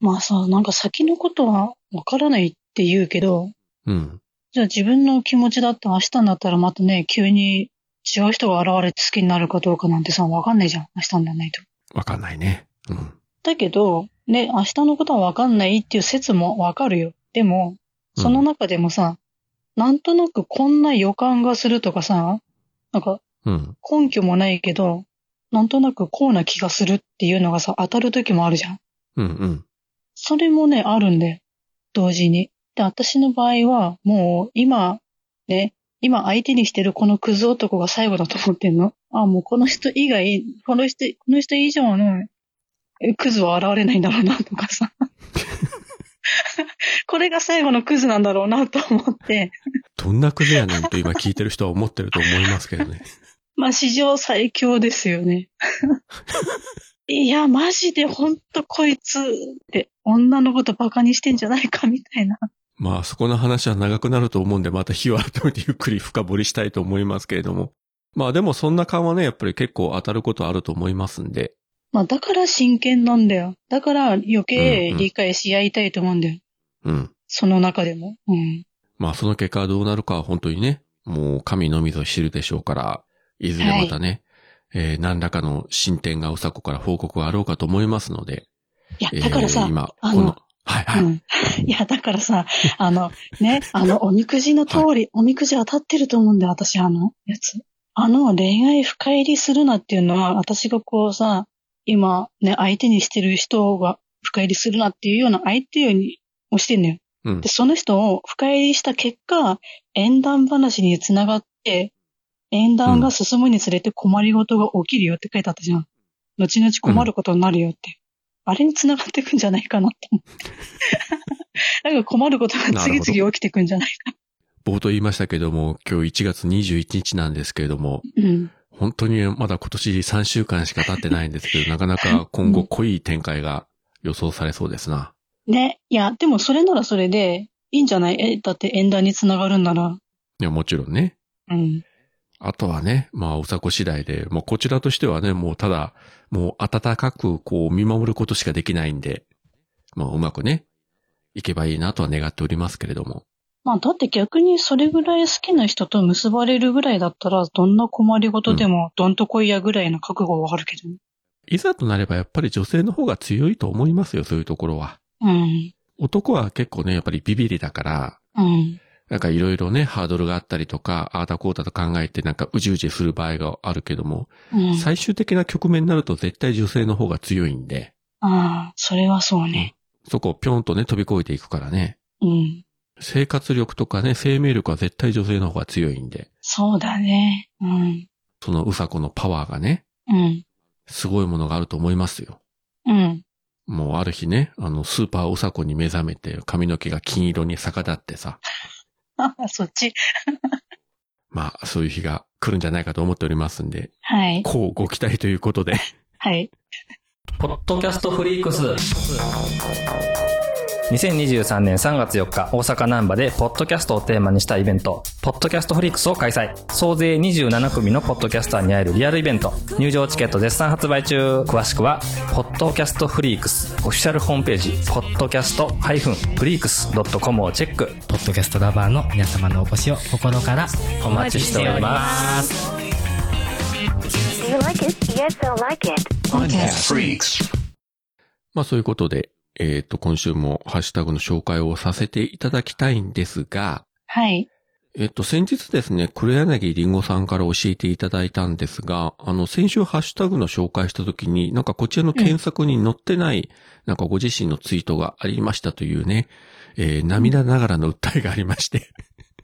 [SPEAKER 2] まあさ、なんか先のことはわからないって言うけど、
[SPEAKER 1] うん。
[SPEAKER 2] じゃあ自分の気持ちだって明日になったらまたね、急に違う人が現れて好きになるかどうかなんてさ、わかんないじゃん。明日にならないと。
[SPEAKER 1] わかんないね。うん。
[SPEAKER 2] だけど、ね、明日のことはわかんないっていう説もわかるよ。でも、その中でもさ、なんとなくこんな予感がするとかさ、なんか
[SPEAKER 1] うん。
[SPEAKER 2] 根拠もないけど、なんとなくこうな気がするっていうのがさ、当たる時もあるじゃん。
[SPEAKER 1] うんうん。
[SPEAKER 2] それもね、あるんだよ。同時に。で、私の場合は、もう今、ね、今相手にしてるこのクズ男が最後だと思ってんの。あ、もうこの人以外、この人、この人以上のえクズは現れないんだろうなとかさ。 (laughs) これが最後のクズなんだろうなと思って、
[SPEAKER 1] どんなクズやねんと今聞いてる人は思ってると思いますけどね。 (laughs)
[SPEAKER 2] まあ史上最強ですよね。いや、マジでほんとこいつって女のことバカにしてんじゃないかみたいな。
[SPEAKER 1] まあ、そこの話は長くなると思うんで、また日を改めてゆっくり深掘りしたいと思いますけれども。まあでもそんな感はね、やっぱり結構当たることあると思いますんで。
[SPEAKER 2] まあだから真剣なんだよ。だから余
[SPEAKER 1] う
[SPEAKER 2] 計
[SPEAKER 1] んうん
[SPEAKER 2] 理解し合いたいと思うんだよ。
[SPEAKER 1] うん。
[SPEAKER 2] その中でも。うん。
[SPEAKER 1] まあその結果はどうなるかは本当にね、もう神のみぞ知るでしょうから、いずれまたね、えー何らかの進展がうさこから報告があろうかと思いますので。
[SPEAKER 2] いや、だから
[SPEAKER 1] え
[SPEAKER 2] さ、
[SPEAKER 1] ー今、
[SPEAKER 2] あ
[SPEAKER 1] こ
[SPEAKER 2] の
[SPEAKER 1] の、はいはい。
[SPEAKER 2] うん。 (laughs) いや、だからさ、あの、ね、あの、おみくじの通り、おみくじ当たってると思うんだよ、私、あの、やつ。あの、恋愛深入りするなっていうのは、私がこうさ、今、ね、相手にしてる人が深入りするなっていうような相手に、をしてんのよ。
[SPEAKER 1] うん
[SPEAKER 2] で、その人を深入りした結果、縁談話につながって、縁談が進むにつれて困りごとが起きるよって書いてあったじゃん。後々困ることになるよって。あれにつながっていくんじゃないかなって思って。なんか困ることが次々起きていくんじゃない
[SPEAKER 1] 冒頭言いましたけども、今日1月21日なんですけれども、
[SPEAKER 2] うん。
[SPEAKER 1] 本当にまだ今年3週間しか経ってないんですけど、なかなか今後濃い展開が予想されそうですな。
[SPEAKER 2] ね。いや、でもそれならそれで、いいんじゃないえ、だって縁談につながるんなら。
[SPEAKER 1] いや、もちろんね。
[SPEAKER 2] うん。
[SPEAKER 1] あとはね、まあ、うさこ次第で、もうこちらとしてはね、もうただ、もう温かくこう見守ることしかできないんで、まあ、うまくね、いけばいいなとは願っておりますけれども。
[SPEAKER 2] まあ、だって逆にそれぐらい好きな人と結ばれるぐらいだったら、どんな困りごとでも、どんとこいやぐらいの覚悟はあるけどね。
[SPEAKER 1] いざとなればやっぱり女性の方が強いと思いますよ、そういうところは。
[SPEAKER 2] うん。
[SPEAKER 1] 男は結構ね、やっぱりビビリだから、
[SPEAKER 2] うん。
[SPEAKER 1] なんかいろいろね、ハードルがあったりとか、ああだこうだと考えてなんかうじうじする場合があるけども、
[SPEAKER 2] うん。
[SPEAKER 1] 最終的な局面になると絶対女性の方が強いんで、
[SPEAKER 2] ああ、それはそうね。
[SPEAKER 1] そこをぴょんとね、飛び越えていくからね、
[SPEAKER 2] うん。
[SPEAKER 1] 生活力とかね、生命力は絶対女性の方が強いんで、
[SPEAKER 2] そうだね。うん。
[SPEAKER 1] そのうさこのパワーがね、
[SPEAKER 2] うん。
[SPEAKER 1] すごいものがあると思いますよ。
[SPEAKER 2] うん。
[SPEAKER 1] もうある日ね、あの、スーパーうさこに目覚めて髪の毛が金色に逆立ってさ、
[SPEAKER 2] あ、そっち。
[SPEAKER 1] まあ、そういう日が来るんじゃないかと思っておりますんで、
[SPEAKER 2] はい。
[SPEAKER 1] こうご期待ということで、
[SPEAKER 2] はい。
[SPEAKER 3] ポッドキャストフリークス。2023年3月4日、大阪難波で、ポッドキャストをテーマにしたイベント、ポッドキャストフリークスを開催。総勢27組のポッドキャスターに会えるリアルイベント。入場チケット絶賛発売中。詳しくは、ポッドキャストフリークス、オフィシャルホームページ、podcast-freaks.com をチェック。
[SPEAKER 4] ポッドキャストラバーの皆様のお越しを心から
[SPEAKER 3] お待ちしております。
[SPEAKER 5] Do you like it? Yes, I like it.
[SPEAKER 6] Podcast Freaks.
[SPEAKER 1] まあそういうことで、えっ、と、今週もハッシュタグの紹介をさせていただきたいんですが、
[SPEAKER 2] はい。
[SPEAKER 1] えっ、と、先日ですね、黒柳りんごさんから教えていただいたんですが、あの、先週ハッシュタグの紹介した時に、なんかこちらの検索に載ってない、なんかご自身のツイートがありましたというね、えー涙ながらの訴えがありまして、 (laughs)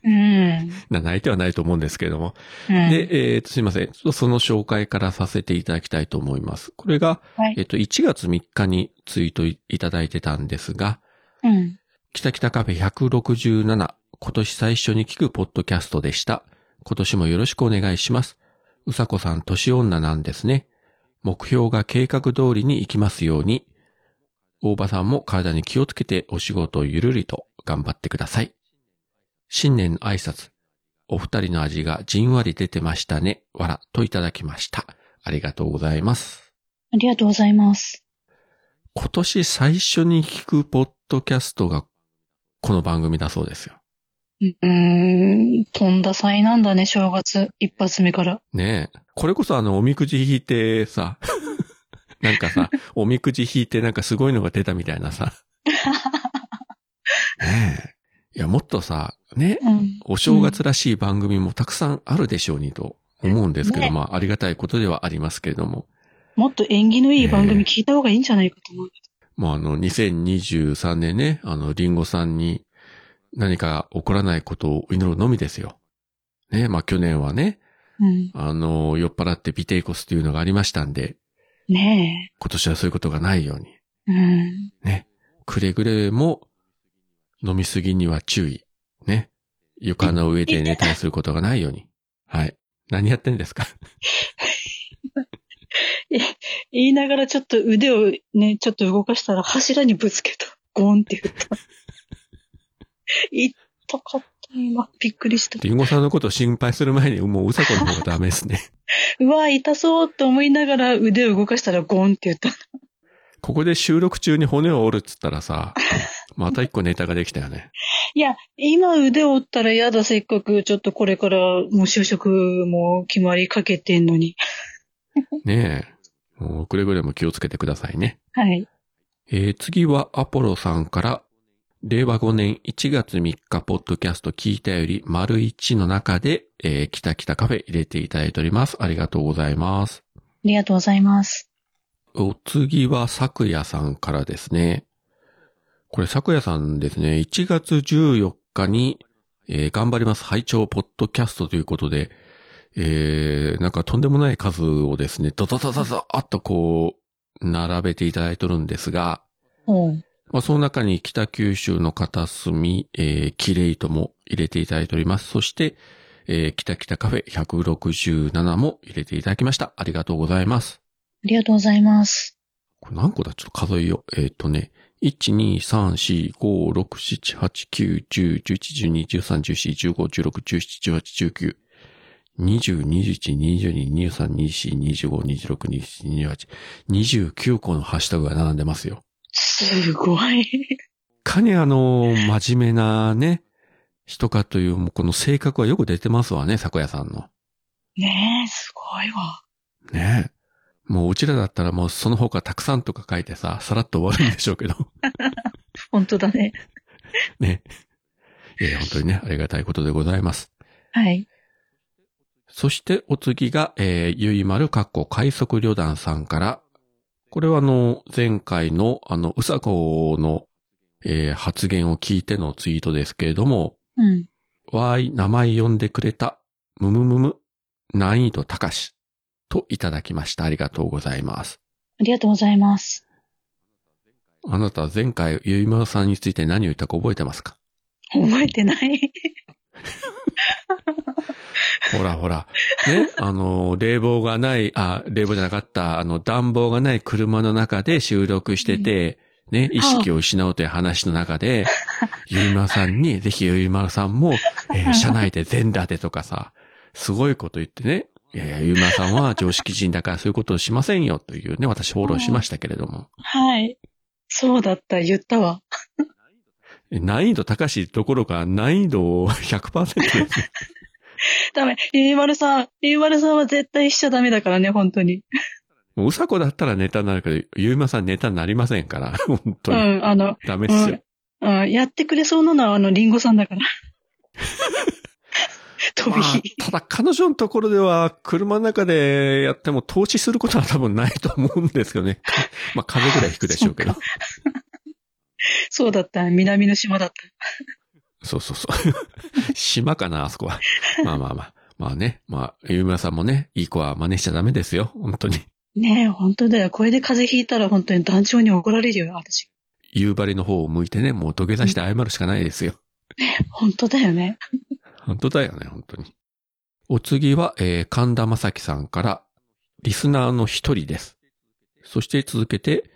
[SPEAKER 2] うん。
[SPEAKER 1] な泣いてはないと思うんですけれども、
[SPEAKER 2] うん。
[SPEAKER 1] で、えっ、と、すいません。そその紹介からさせていただきたいと思います。これが、
[SPEAKER 2] はい
[SPEAKER 1] えっと、1月3日にツイートいただいてたんですが、
[SPEAKER 2] うん。
[SPEAKER 1] きたきたカフェ167、今年最初に聞くポッドキャストでした。今年もよろしくお願いします。うさこさん、年女なんですね。目標が計画通りに行きますように。大場さんも体に気をつけてお仕事をゆるりと頑張ってください。新年の挨拶。お二人の味がじんわり出てましたね。わら、といただきました。ありがとうございます。
[SPEAKER 2] ありがとうございます。
[SPEAKER 1] 今年最初に聞くポッドキャストがこの番組だそうですよ。
[SPEAKER 2] うーん、飛んだ災難だね、正月。一発目から。
[SPEAKER 1] ねえ。これこそあの、おみくじ引いて (laughs) さ、なんかさ、おみくじ引いてなんかすごいのが出たみたいなさ。 (laughs) ねえ。いや、もっとさ、ね、
[SPEAKER 2] うん。
[SPEAKER 1] お正月らしい番組もたくさんあるでしょうにと思うんですけど、
[SPEAKER 2] ね
[SPEAKER 1] まあ、ありがたいことではありますけれども。
[SPEAKER 2] もっと縁起のいい番組聞いた方がいいんじゃないかと思う。
[SPEAKER 1] まあ、あの、2023年ね、あの、リンゴさんに何か起こらないことを祈るのみですよ。ね、まあ、去年はね、
[SPEAKER 2] うん。
[SPEAKER 1] あの、酔っ払ってビテイコスっていうのがありましたんで、
[SPEAKER 2] ね
[SPEAKER 1] 今年はそういうことがないように、
[SPEAKER 2] え。うん。
[SPEAKER 1] くれぐれも飲みすぎには注意。ね。床の上でネタをすることがないように。はい。何やってんですか
[SPEAKER 2] 言いながらちょっと腕をね、ちょっと動かしたら柱にぶつけた。ゴンって言った。痛かった、今。びっくりした。
[SPEAKER 1] リンゴさんのことを心配する前にもううさこの方がダメですね。
[SPEAKER 2] うわ、痛そうと思いながら腕を動かしたらゴンって言った。
[SPEAKER 1] ここで収録中に骨を折るっつったらさ、また一個ネタができたよね。
[SPEAKER 2] いや、今腕折ったら嫌だ、せっかく。ちょっとこれからもう就職も決まりかけてんのに。
[SPEAKER 1] ねえ。もうくれぐれも気をつけてくださいね。
[SPEAKER 2] はい。
[SPEAKER 1] えー次はアポロさんから、令和5年1月3日、ポッドキャスト聞いたより、丸1の中で、えー、きたきたカフェ入れていただいております。ありがとうございます。
[SPEAKER 2] ありがとうございます。
[SPEAKER 1] お次は、咲夜さんからですね。これ、咲夜さんですね。1月14日に、えー頑張ります。拝聴ポッドキャストということで、えー、なんかとんでもない数をですね、ドドドドドっとこう、並べていただいてるんですが、
[SPEAKER 2] うん。
[SPEAKER 1] まあ、その中に北九州の片隅、えー、キレイトも入れていただいております。そして、えー、北北カフェ167も入れていただきました。ありがとうございます。
[SPEAKER 2] ありがとうございます。
[SPEAKER 1] これ何個だちょっと数えよう。えーっ、とね、1、2、3、4、5、6、7、8、9、10、11、12、13、14、15、16、17、18、19、20、21、22、23、24、25、26、27、28、29個のハッシュタグが並んでますよ。
[SPEAKER 2] すごい。
[SPEAKER 1] いかにあの、真面目なね、人かという、もうこの性格はよく出てますわね、酒屋さんの。
[SPEAKER 2] (laughs) ねえ、すごいわ。
[SPEAKER 1] ねえ。もううちらだったらもうその他たくさんとか書いてさ、さらっと終わるんでしょうけど。 (laughs)
[SPEAKER 2] 本当だね。
[SPEAKER 1] ね。いやいや本当にね、ありがたいことでございます。
[SPEAKER 2] はい。
[SPEAKER 1] そしてお次が、えー、ゆいまるかっこ快速旅団さんから、これはあの、前回のあの、うさこの、えー発言を聞いてのツイートですけれども、
[SPEAKER 2] うん。
[SPEAKER 1] わーい、名前呼んでくれた、むむむむ、難易度高し、といただきました。ありがとうございます。
[SPEAKER 2] ありがとうございます。
[SPEAKER 1] あなた、前回、ゆいまるさんについて何を言ったか覚えてますか
[SPEAKER 2] 覚えてない。
[SPEAKER 1] ほらほら。ね、あの、冷房がない、あ、冷房じゃなかった、あの、暖房がない車の中で収録してて、ね、意識を失うという話の中で、ゆいまるさんに、ぜひゆいまるさんも、えー車内で全裸でとかさ、すごいこと言ってね、いやいや、ゆいまるさんは常識人だからそういうことをしませんよというね、私フォローしましたけれども、
[SPEAKER 2] はい。そうだった、言ったわ。
[SPEAKER 1] 難易度高しどころか難易度 (laughs) を100%ですね
[SPEAKER 2] ダメ。ゆいまるさん、ゆいまるさんは絶対しちゃダメだからね、本当に。
[SPEAKER 1] もううさこだったらネタになるけど、ゆいまるさんネタになりませんから、本当
[SPEAKER 2] う
[SPEAKER 1] に。
[SPEAKER 2] ん、あの、
[SPEAKER 1] ダメ
[SPEAKER 2] う
[SPEAKER 1] ですよ
[SPEAKER 2] ん。。うん、やってくれそうなのは、あの、リンゴさんだ
[SPEAKER 1] (laughs)
[SPEAKER 2] から。飛び
[SPEAKER 1] まあ
[SPEAKER 2] 火。
[SPEAKER 1] ただ彼女のところでは、車の中でやっても投資することは多分ないと思うんですけど (laughs) ね。まあ風邪ぐらい引くでしょうけど。
[SPEAKER 2] そうだった、南の島だった。
[SPEAKER 1] そうそうそう。 (laughs) 島かな、あそこは。まあまあまあ。まあね。まあ、ゆうむらさんもね、いい子は真似しちゃダメですよ。本当に。
[SPEAKER 2] ねえ、本当だよ。これで風邪ひいたら本当に団長に怒られるよ、私。
[SPEAKER 1] 夕張の方を向いてね、もう土下座して謝るしかないですよ。
[SPEAKER 2] 本当だよね。
[SPEAKER 1] 本当だよね、本当に。お次は、えー神田正輝さんから、リスナーの一人です。そして続けて、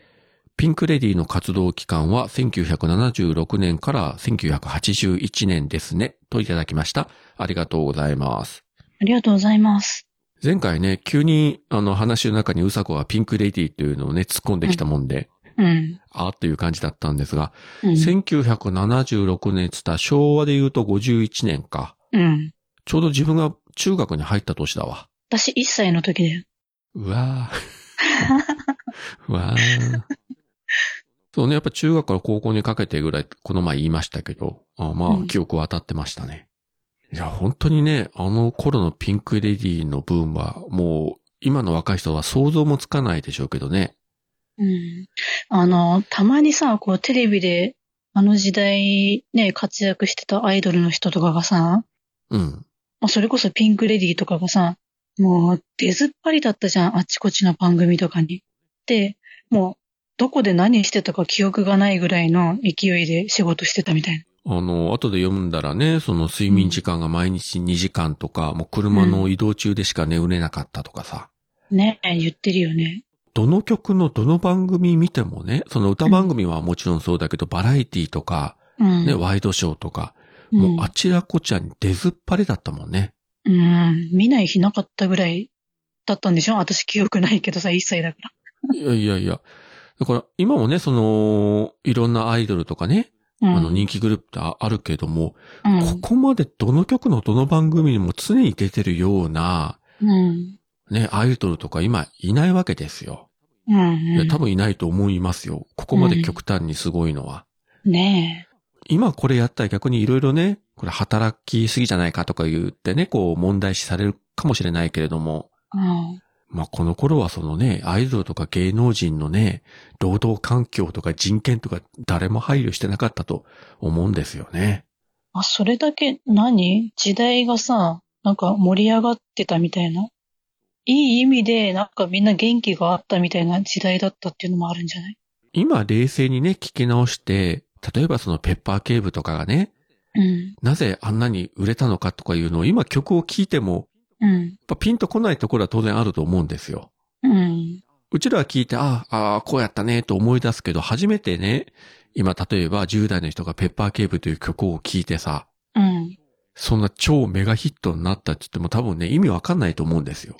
[SPEAKER 1] ピンクレディの活動期間は1976年から1981年ですね、といただきました。ありがとうございます。
[SPEAKER 2] ありがとうございます。
[SPEAKER 1] 前回ね、急にあの話の中にうさこはピンクレディというのをね、突っ込んできたもんで、
[SPEAKER 2] うん。
[SPEAKER 1] あーっていう感じだったんですが、
[SPEAKER 2] うん。
[SPEAKER 1] 1976年つった昭和で言うと51年か。
[SPEAKER 2] うん。
[SPEAKER 1] ちょうど自分が中学に入った年だわ。
[SPEAKER 2] 私1歳の時だよ。
[SPEAKER 1] うわーうわーそうね、やっぱ中学から高校にかけてぐらい、この前言いましたけど、あま
[SPEAKER 2] う
[SPEAKER 1] あ、
[SPEAKER 2] ん
[SPEAKER 1] 記憶は当たってましたね。いや、本当にね、あの頃のピンクレディーのブームは、もう、今の若い人は想像もつかないでしょうけどね。
[SPEAKER 2] うん。あの、たまにさ、こうテレビで、あの時代ね、活躍してたアイドルの人とかがさ、
[SPEAKER 1] うん。
[SPEAKER 2] まあそれこそピンクレディーとかがさ、もう出ずっぱりだったじゃん、あっちこっちの番組とかに。で、もう、どこで何してたか記憶がないぐらいの勢いで仕事してたみたい
[SPEAKER 1] あの、後で読んだらね、その睡眠時間が毎日2時間とか、もう車の移動中でしか眠れなかったとかさ。
[SPEAKER 2] な。ね、言ってるよね。
[SPEAKER 1] どの曲のどの番組見てもね、その歌番組はもちろんそうだけど、バラエティとか、
[SPEAKER 2] うん。
[SPEAKER 1] ね、ワイドショーとか、
[SPEAKER 2] うん
[SPEAKER 1] もうあちらこちらに出ずっぱりだったもんね。
[SPEAKER 2] うん、見ない日なかったぐらいだったんでしょ私記憶ないけどさ、1歳だから。
[SPEAKER 1] いやいやいや。だから今もね、その、いろんなアイドルとかね、
[SPEAKER 2] うん。
[SPEAKER 1] あの人気グループってああるけども、
[SPEAKER 2] うん
[SPEAKER 1] ここまでどの曲のどの番組にも常に出てるような、
[SPEAKER 2] うん。
[SPEAKER 1] ね、アイドルとか今いないわけですよ。
[SPEAKER 2] うん。
[SPEAKER 1] いや
[SPEAKER 2] うん
[SPEAKER 1] 多分いないと思いますよ。ここまで極端にすごいのは。
[SPEAKER 2] ね
[SPEAKER 1] 今これやったら逆にいろいろね、これ働きすぎじゃないかとか言ってね、こう問題視されるかもしれないけれども、
[SPEAKER 2] え。うん。
[SPEAKER 1] まあ、この頃はそのね、アイドルとか芸能人のね、労働環境とか人権とか誰も配慮してなかったと思うんですよね。
[SPEAKER 2] あ、それだけ何時代がさ、なんか盛り上がってたみたいな。いい意味で、なんかみんな元気があったみたいな時代だったっていうのもあるんじゃない
[SPEAKER 1] 今冷静にね、聞き直して、例えばそのペッパー警部とかがね、
[SPEAKER 2] うん。
[SPEAKER 1] なぜあんなに売れたのかとかいうのを今曲を聴いても、
[SPEAKER 2] うん。
[SPEAKER 1] やっぱピンとこないところは当然あると思うんですよ。
[SPEAKER 2] うん。
[SPEAKER 1] うちらは聞いて、ああ、ああこうやったねと思い出すけど、初めてね、今例えば10代の人がペッパー警部という曲を聴いてさ、
[SPEAKER 2] うん。 (laughs)
[SPEAKER 1] そんな超メガヒットになったって言っても多分ね、意味わかんないと思うんですよ。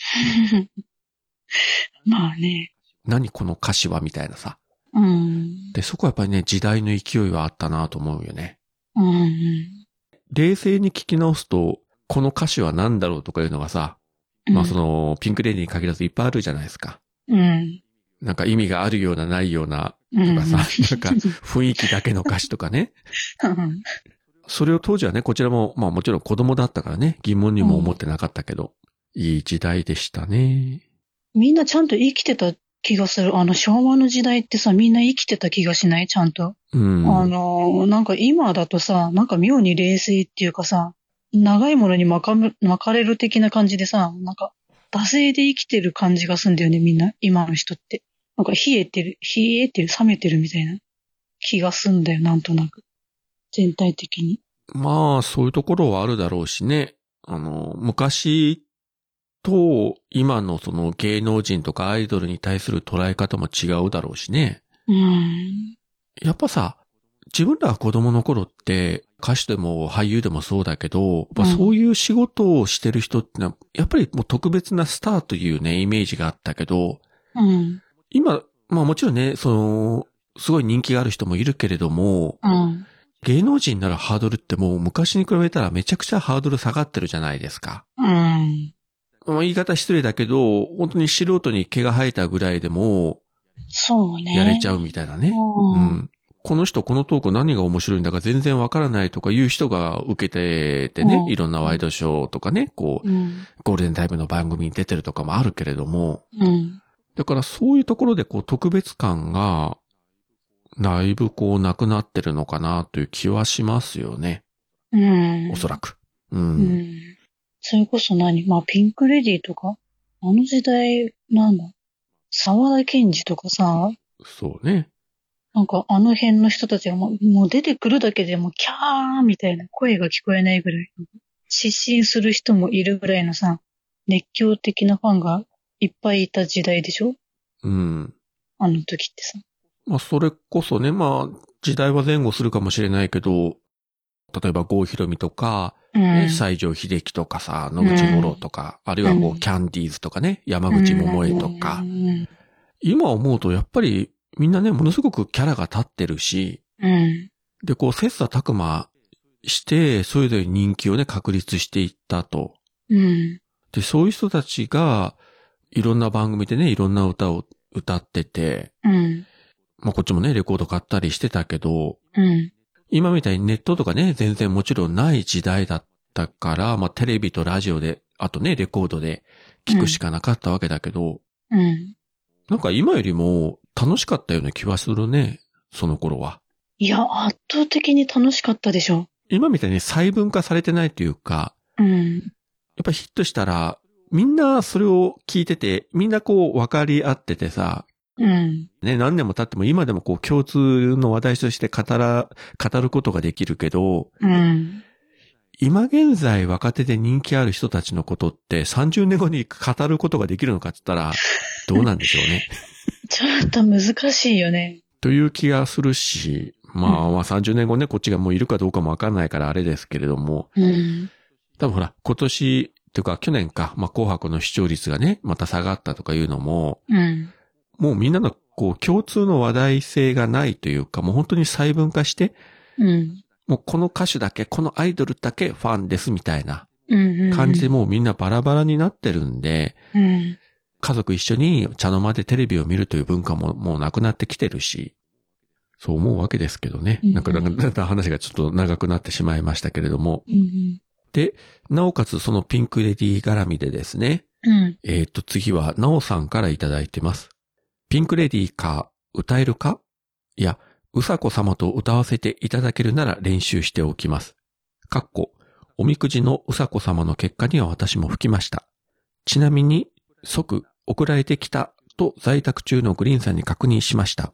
[SPEAKER 2] まあね。
[SPEAKER 1] 何この歌詞はみたいなさ。
[SPEAKER 2] うん。
[SPEAKER 1] で、そこはやっぱりね、時代の勢いはあったなと思うよね。
[SPEAKER 2] うん。
[SPEAKER 1] 冷静に聞き直すと、この歌詞は何だろうとかいうのがさ、まあその、ピンクレディーに限らずいっぱいあるじゃないですか。
[SPEAKER 2] うん。
[SPEAKER 1] なんか意味があるようなないような、
[SPEAKER 2] う
[SPEAKER 1] と
[SPEAKER 2] ん。
[SPEAKER 1] かさ、なんか雰囲気だけの歌詞とかね。
[SPEAKER 2] うん。
[SPEAKER 1] それを当時はね、こちらも、まあもちろん子供だったからね、疑問にも思ってなかったけど、いい時代でしたね。
[SPEAKER 2] (laughs) みんなちゃんと生きてた気がする。あの、昭和の時代ってさ、みんな生きてた気がしないちゃんと。
[SPEAKER 1] うん。
[SPEAKER 2] あの、なんか今だとさ、なんか妙に冷静っていうかさ、長いものに巻かむ巻かれる的な感じでさ、なんか、惰性で生きてる感じがすんだよね、みんな。今の人って。なんか冷えてる、冷えてる、冷めてるみたいな気がすんだよ、なんとなく。全体的に。
[SPEAKER 1] まあ、そういうところはあるだろうしね。あの、昔と今のその芸能人とかアイドルに対する捉え方も違うだろうしね。
[SPEAKER 2] うん。
[SPEAKER 1] やっぱさ、自分らが子供の頃って歌手でも俳優でもそうだけど、やっぱ
[SPEAKER 2] うん
[SPEAKER 1] そういう仕事をしてる人ってのは、やっぱりもう特別なスターというね、イメージがあったけど、
[SPEAKER 2] うん。
[SPEAKER 1] 今、まあもちろんね、その、すごい人気がある人もいるけれども、
[SPEAKER 2] うん。
[SPEAKER 1] 芸能人になるハードルってもう昔に比べたらめちゃくちゃハードル下がってるじゃないですか。
[SPEAKER 2] うん。
[SPEAKER 1] まあ言い方失礼だけど、本当に素人に毛が生えたぐらいでも
[SPEAKER 2] そうね。
[SPEAKER 1] やれちゃ
[SPEAKER 2] う。
[SPEAKER 1] うみたいなね。
[SPEAKER 2] う。
[SPEAKER 1] うんん。この人このトーク何が面白いんだか全然わからないとかいう人が受けててね
[SPEAKER 2] う、ん
[SPEAKER 1] いろんなワイドショーとかね、こう、
[SPEAKER 2] うん。
[SPEAKER 1] ゴールデンタイムの番組に出てるとかもあるけれども、
[SPEAKER 2] うん。
[SPEAKER 1] だからそういうところでこう特別感が、だいぶこうなくなってるのかなという気はしますよね。
[SPEAKER 2] うん。
[SPEAKER 1] おそらく。
[SPEAKER 2] う。ん。それこそ何まあ、ピンクレディーとかあの時代、なんだ沢田研二とかさ、
[SPEAKER 1] そうね。
[SPEAKER 2] なんかあの辺の人たちがもうもう出てくるだけでもうキャーみたいな声が聞こえないぐらい、失神する人もいるぐらいのさ、熱狂的なファンがいっぱいいた時代でしょ
[SPEAKER 1] うん。
[SPEAKER 2] あの時ってさ。
[SPEAKER 1] まあ、それこそね、まあ、時代は前後するかもしれないけど、例えば郷ひろみとか、
[SPEAKER 2] う
[SPEAKER 1] ね
[SPEAKER 2] ん。
[SPEAKER 1] 西城秀樹とかさ、野口五郎とか、あるいはこ
[SPEAKER 2] う
[SPEAKER 1] う、
[SPEAKER 2] ん
[SPEAKER 1] キャンディーズとかね、山口百恵と
[SPEAKER 2] う
[SPEAKER 1] か、
[SPEAKER 2] ん
[SPEAKER 1] 今思うとやっぱりみんなね、ものすごくキャラが立ってるし、
[SPEAKER 2] うん。
[SPEAKER 1] で、こう、切磋琢磨して、それぞれ人気をね、確立していったと。
[SPEAKER 2] うん。
[SPEAKER 1] で、そういう人たちが、いろんな番組でね、いろんな歌を歌ってて、
[SPEAKER 2] うん。
[SPEAKER 1] まあ、こっちもね、レコード買ったりしてたけど、
[SPEAKER 2] うん。
[SPEAKER 1] 今みたいにネットとかね、全然もちろんない時代だったから、まあ、テレビとラジオで、あとね、レコードで聞くしかなかったわけだけど、
[SPEAKER 2] うん。
[SPEAKER 1] なんか今よりも楽しかったような気はするね、その頃は。
[SPEAKER 2] いや、圧倒的に楽しかったでしょ。
[SPEAKER 1] 今みたいに細分化されてないというか、
[SPEAKER 2] うん。
[SPEAKER 1] やっぱヒットしたら、みんなそれを聞いてて、みんなこう分かり合っててさ、
[SPEAKER 2] うん。
[SPEAKER 1] ね、何年も経っても今でもこう共通の話題として語ら、語ることができるけど、
[SPEAKER 2] うん。
[SPEAKER 1] 今現在若手で人気ある人たちのことって30年後に語ることができるのかって言ったら、どうなんでしょうね。 (laughs)
[SPEAKER 2] ちょっと難しいよね。
[SPEAKER 1] という気がするし、まあまあ30年後ね、こっちがもういるかどうかもわかんないからあれですけれども、
[SPEAKER 2] うん。
[SPEAKER 1] 多分ほら、今年、というか去年か、まあ紅白の視聴率がね、また下がったとかいうのも、
[SPEAKER 2] うん。
[SPEAKER 1] もうみんなのこう共通の話題性がないというか、もう本当に細分化して、
[SPEAKER 2] うん。
[SPEAKER 1] もうこの歌手だけ、このアイドルだけファンですみたいな
[SPEAKER 2] うん。
[SPEAKER 1] 感じでもうみんなバラバラになってるんで、
[SPEAKER 2] うん。
[SPEAKER 1] 家族一緒に茶の間でテレビを見るという文化ももうなくなってきてるし、そう思うわけですけどね。
[SPEAKER 2] うん
[SPEAKER 1] なんか、なんかだんだん話がちょっと長くなってしまいましたけれども。
[SPEAKER 2] うん。
[SPEAKER 1] なおかつそのピンクレディー絡みでですね、
[SPEAKER 2] うん。
[SPEAKER 1] えっ、と次はなおさんからいただいてます。ピンクレディーか歌えるかいや、うさこ様と歌わせていただけるなら練習しておきます。かっこ、おみくじのうさこ様の結果には私も吹きました。ちなみに、即送られてきたと在宅中のグリーンさんに確認しました。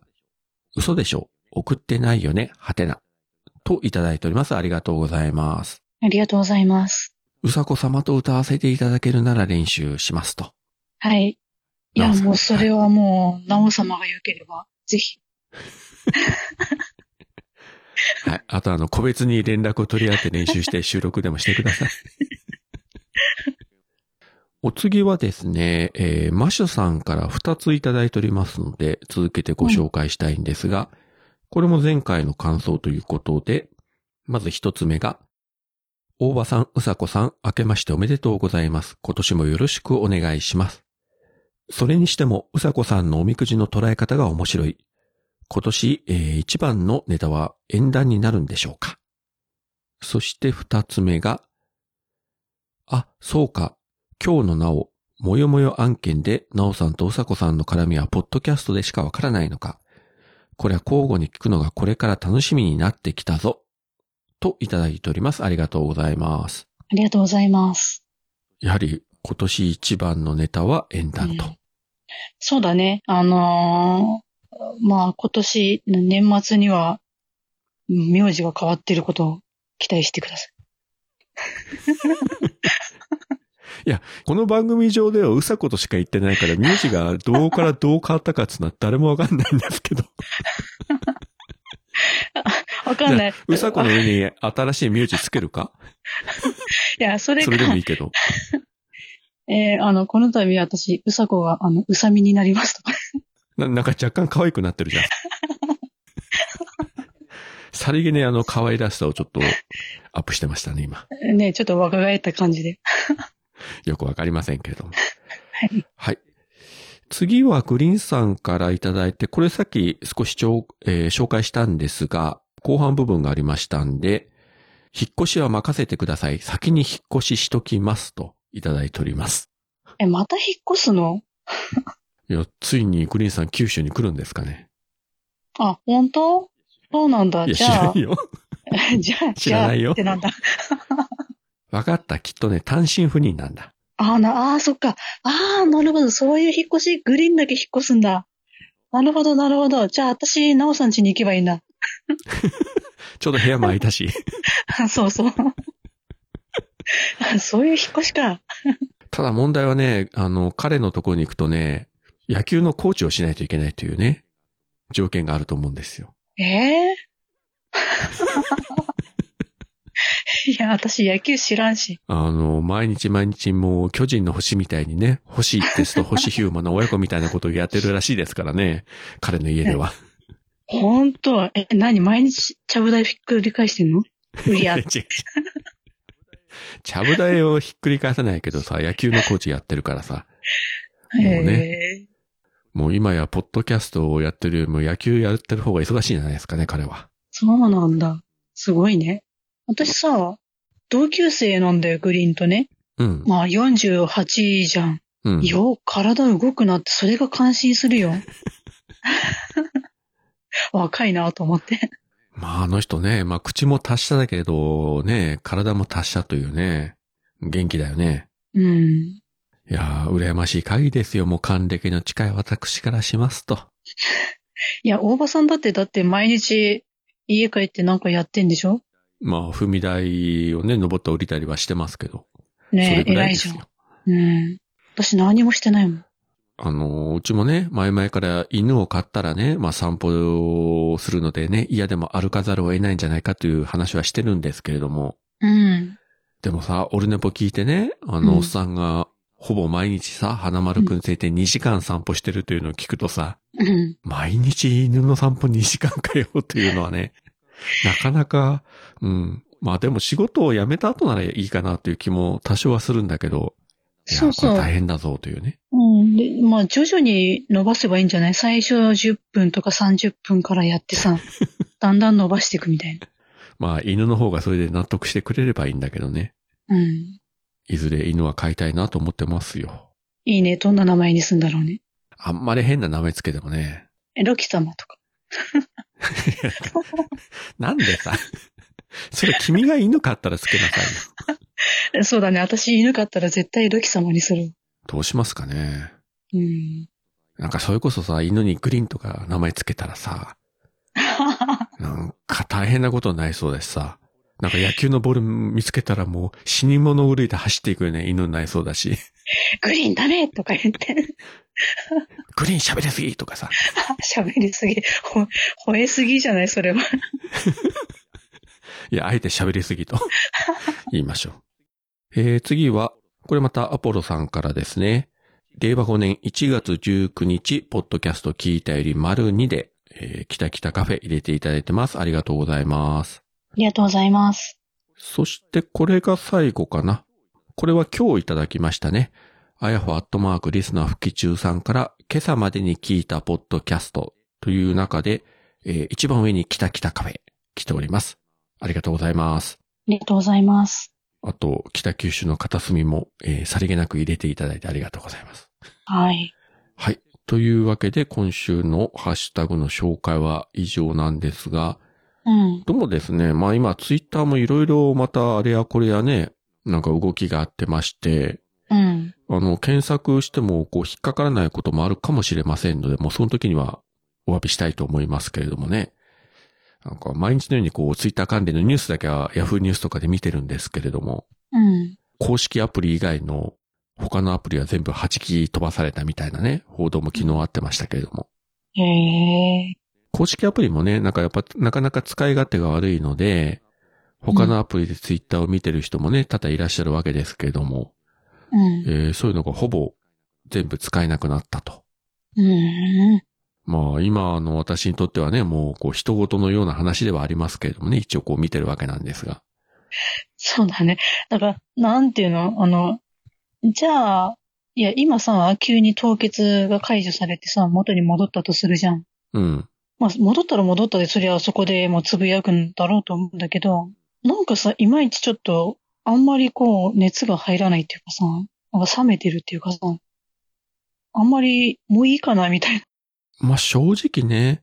[SPEAKER 1] 嘘でしょ送ってないよねはてな。といただいております。ありがとうございます。
[SPEAKER 2] ありがとうございます。
[SPEAKER 1] うさこ様と歌わせていただけるなら練習しますと。
[SPEAKER 2] はい。いや、
[SPEAKER 1] なおさん
[SPEAKER 2] もうそれはもう、なお様が良ければ、ぜひ。
[SPEAKER 1] はい。あと、あの、個別に連絡を取り合って練習して収録でもしてください。お次はですね、えー、マシュさんから2ついただいておりますので、続けてご紹介したいんですが、これも前回の感想ということで、まず1つ目が、大場さん、うさこさん、明けましておめでとうございます。今年もよろしくお願いします。それにしても、うさこさんのおみくじの捉え方が面白い。今年、えー一番のネタは演談になるんでしょうかそして二つ目が、あ、そうか。今日のなお、もよもよ案件で、なおさんとうさこさんの絡みはポッドキャストでしかわからないのか。これは交互に聞くのがこれから楽しみになってきたぞ。といただいております。ありがとうございます。
[SPEAKER 2] ありがとうございます。
[SPEAKER 1] やはり、今年一番のネタは演談と。
[SPEAKER 2] うんそうだね。あのーまあ、今年、年末には、うん名字が変わってることを期待してください。
[SPEAKER 1] この番組上ではうさことしか言ってないから、名字がどうからどう変わったかっていうのは誰もわかんないんですけど。
[SPEAKER 2] わかんない。
[SPEAKER 1] うさこの
[SPEAKER 2] あい
[SPEAKER 1] 上に新しい名字つけるか
[SPEAKER 2] や、それ
[SPEAKER 1] そ
[SPEAKER 2] か
[SPEAKER 1] れでもいいけど。
[SPEAKER 2] えーあの、この度私、うさこが、あの、うさみになりますと (laughs) か。
[SPEAKER 1] ななんか若干可愛くなってるじゃん。さりげねあの可愛らしさをちょっとアップしてましたね、今。
[SPEAKER 2] ね、ちょっと若返った感じで。
[SPEAKER 1] よくわかりませんけれども。
[SPEAKER 2] はい。
[SPEAKER 1] はい。次はグリーンさんからいただいて、これさっき少しちょう、えー紹介したんですが、後半部分がありましたんで、引っ越しは任せてください。先に引っ越ししときますといただいております。
[SPEAKER 2] え、また引っ越すの
[SPEAKER 1] いや、ついにグリーンさん九州に来るんですかね。
[SPEAKER 2] あ、本当そうなんだ。
[SPEAKER 1] いや、知
[SPEAKER 2] じゃ
[SPEAKER 1] ら
[SPEAKER 2] あ
[SPEAKER 1] ん、よ。
[SPEAKER 2] (laughs) じゃあ、
[SPEAKER 1] 知
[SPEAKER 2] じゃ
[SPEAKER 1] ら
[SPEAKER 2] あ、
[SPEAKER 1] ないよ
[SPEAKER 2] ってなんだ。
[SPEAKER 1] わかった。きっとね、単身赴任なんだ。
[SPEAKER 2] あーな、あーそっか。ああ、なるほど。そういう引っ越し、グリーンだけ引っ越すんだ。なるほど、なるほど。じゃあ、私、なおさん家に行けばいいんだ。 (laughs)
[SPEAKER 1] ちょうど部屋も空いたし。
[SPEAKER 2] あそうそう。 (laughs) あそういう引っ越しか。
[SPEAKER 1] ただ問題はね、あの、彼のところに行くとね、野球のコーチをしないといけないというね、条件がある (laughs) と思うんですよ。
[SPEAKER 2] ええいや、ん。私野球知らんし。
[SPEAKER 1] あの、毎日毎日もう巨人の星みたいにね、星一徹と星ヒューマンの親子みたいなことをやってるらしいですからね。彼の家では。
[SPEAKER 2] ほんと、え、何毎日、ちゃぶ台ひっくり
[SPEAKER 1] (laughs)
[SPEAKER 2] 返してんのいや
[SPEAKER 1] 違う、違うちゃぶ台をひっくり返さないけどさ、野球のコーチやってるからさ。もう
[SPEAKER 2] ね。
[SPEAKER 1] もう今や、ポッドキャストをやってるよりも野球やってる方が忙しいんじゃないですかね、彼は。
[SPEAKER 2] そうなんだ。すごいね。私さ、同級生なんだよ、グリーンとね。
[SPEAKER 1] うん。
[SPEAKER 2] まあ48じゃん。
[SPEAKER 1] うん。
[SPEAKER 2] よう体動くなって、それが感心す
[SPEAKER 1] (laughs)
[SPEAKER 2] るよ。若いなと思って。
[SPEAKER 1] まあ、あの人ね、まあ、口も達者だけれど、ね、体も達者というね、元気だよね。
[SPEAKER 2] うん。
[SPEAKER 1] いやー、羨ましい限りですよ。もう還暦の近い私からしますと。
[SPEAKER 2] いや、大場さんだって、だって毎日家帰ってなんかやってんでしょ
[SPEAKER 1] まあ、踏み台をね、登って降りたりはしてますけど。それ
[SPEAKER 2] ねえ、
[SPEAKER 1] ぐら
[SPEAKER 2] 偉
[SPEAKER 1] い
[SPEAKER 2] い
[SPEAKER 1] で
[SPEAKER 2] じ
[SPEAKER 1] す
[SPEAKER 2] ゃん。
[SPEAKER 1] よ。
[SPEAKER 2] うん。私何もしてないもん。
[SPEAKER 1] あの、うちもね、前々から犬を飼ったらね、まあ散歩をするのでね、嫌でも歩かざるを得ないんじゃないかという話はしてるんですけれども、
[SPEAKER 2] うん。
[SPEAKER 1] でもさ、オルネポ聞いてね、あの、
[SPEAKER 2] うん
[SPEAKER 1] おっさんが、ほぼ毎日さ、花丸くん生て2時間散歩してるというのを聞くとさ、
[SPEAKER 2] うん。
[SPEAKER 1] 毎日犬の散歩2時間かよというのは
[SPEAKER 2] (laughs)
[SPEAKER 1] ね、なかなか、うん。まあでも仕事を辞めた後ならいいかなという気も多少はするんだけど、いや、
[SPEAKER 2] そうそう
[SPEAKER 1] これ大変だぞというね。
[SPEAKER 2] うん。で、まあ、徐々に伸ばせばいいんじゃない最初10分とか30分からやって (laughs) さ、だんだん伸ばしていくみたい
[SPEAKER 1] まあ犬の方がそれで納得してくれればいいんだけどね。
[SPEAKER 2] な。うん。
[SPEAKER 1] いずれ犬は飼いたいなと思ってますよ。
[SPEAKER 2] いいね。どんな名前にするんだろうね。
[SPEAKER 1] あんまり変な名前つけてもね。
[SPEAKER 2] え、ロキ様とか。
[SPEAKER 1] なんでさ、 (laughs) それ君が犬飼ったらつけなさいよ。
[SPEAKER 2] えそうだね。私犬飼ったら絶対ロキ様にする。
[SPEAKER 1] どうしますかね。
[SPEAKER 2] うん。
[SPEAKER 1] なんかそれこそさ、犬にグリーンとか名前つけたらさ、なんか大変なことになりそうだしさ、なんか野球のボール見つけたらもう死に物狂いで走っていくよね、犬になりそうだし、 (laughs)
[SPEAKER 2] グリーンダメとか言って、 (laughs)
[SPEAKER 1] グリーン喋りすぎとかさ、
[SPEAKER 2] 喋りすぎ、ほ、吠えすぎじゃないそれは。
[SPEAKER 1] いや、あえて喋りすぎと言いましょう。えー、次は、これまたアポロさんからですね。令和5年1月19日、ポッドキャスト聞いたより丸2で、えー、キタキタカフェ入れていただいてます。ありがとうございます。
[SPEAKER 2] ありがとうございます。
[SPEAKER 1] そしてこれが最後かな。これは今日いただきましたね。あやほアットマークリスナー吹き中さんから今朝までに聞いたポッドキャストという中で、えー一番上にキタキタカフェ来ております。ありがとうございます。
[SPEAKER 2] ありがとうございます。
[SPEAKER 1] あと、北九州の片隅も、えーさりげなく入れていただいてありがとうございます。
[SPEAKER 2] はい。
[SPEAKER 1] はい。というわけで今週のハッシュタグの紹介は以上なんですが、
[SPEAKER 2] うん。
[SPEAKER 1] どうもですね、まあ今ツイッターもいろいろまたあれやこれやね、なんか動きがあってまして、
[SPEAKER 2] うん。
[SPEAKER 1] あの、検索してもこう引っかからないこともあるかもしれませんので、もうその時にはお詫びしたいと思いますけれどもね。なんか毎日のようにこうツイッター関連のニュースだけは Yahoo ニュースとかで見てるんですけれども、
[SPEAKER 2] うん。
[SPEAKER 1] 公式アプリ以外の他のアプリは全部弾き飛ばされたみたいなね、報道も昨日あってましたけれども。
[SPEAKER 2] へえ。
[SPEAKER 1] 公式アプリもね、なんかやっぱ、なかなか使い勝手が悪いので、他のアプリでツイッターを見てる人もね、多々いらっしゃるわけですけれども、
[SPEAKER 2] うん。
[SPEAKER 1] えーそういうのがほぼ全部使えなくなったと。
[SPEAKER 2] うん。
[SPEAKER 1] まあ今の私にとってはね、もうこう人事のような話ではありますけれどもね、一応こう見てるわけなんですが。
[SPEAKER 2] そうだね。だから、なんていうのあの、じゃあ、いや、今さ、急に凍結が解除されてさ、元に戻ったとするじゃん。
[SPEAKER 1] うん。
[SPEAKER 2] まあ、戻ったら戻ったで、そりゃそこでもうつぶやくんだろうと思うんだけど、なんかさ、いまいちちょっと、あんまりこう、熱が入らないっていうかさ、なんか冷めてるっていうかさ、あんまり、もういいかな、みたいな。
[SPEAKER 1] まあ正直ね、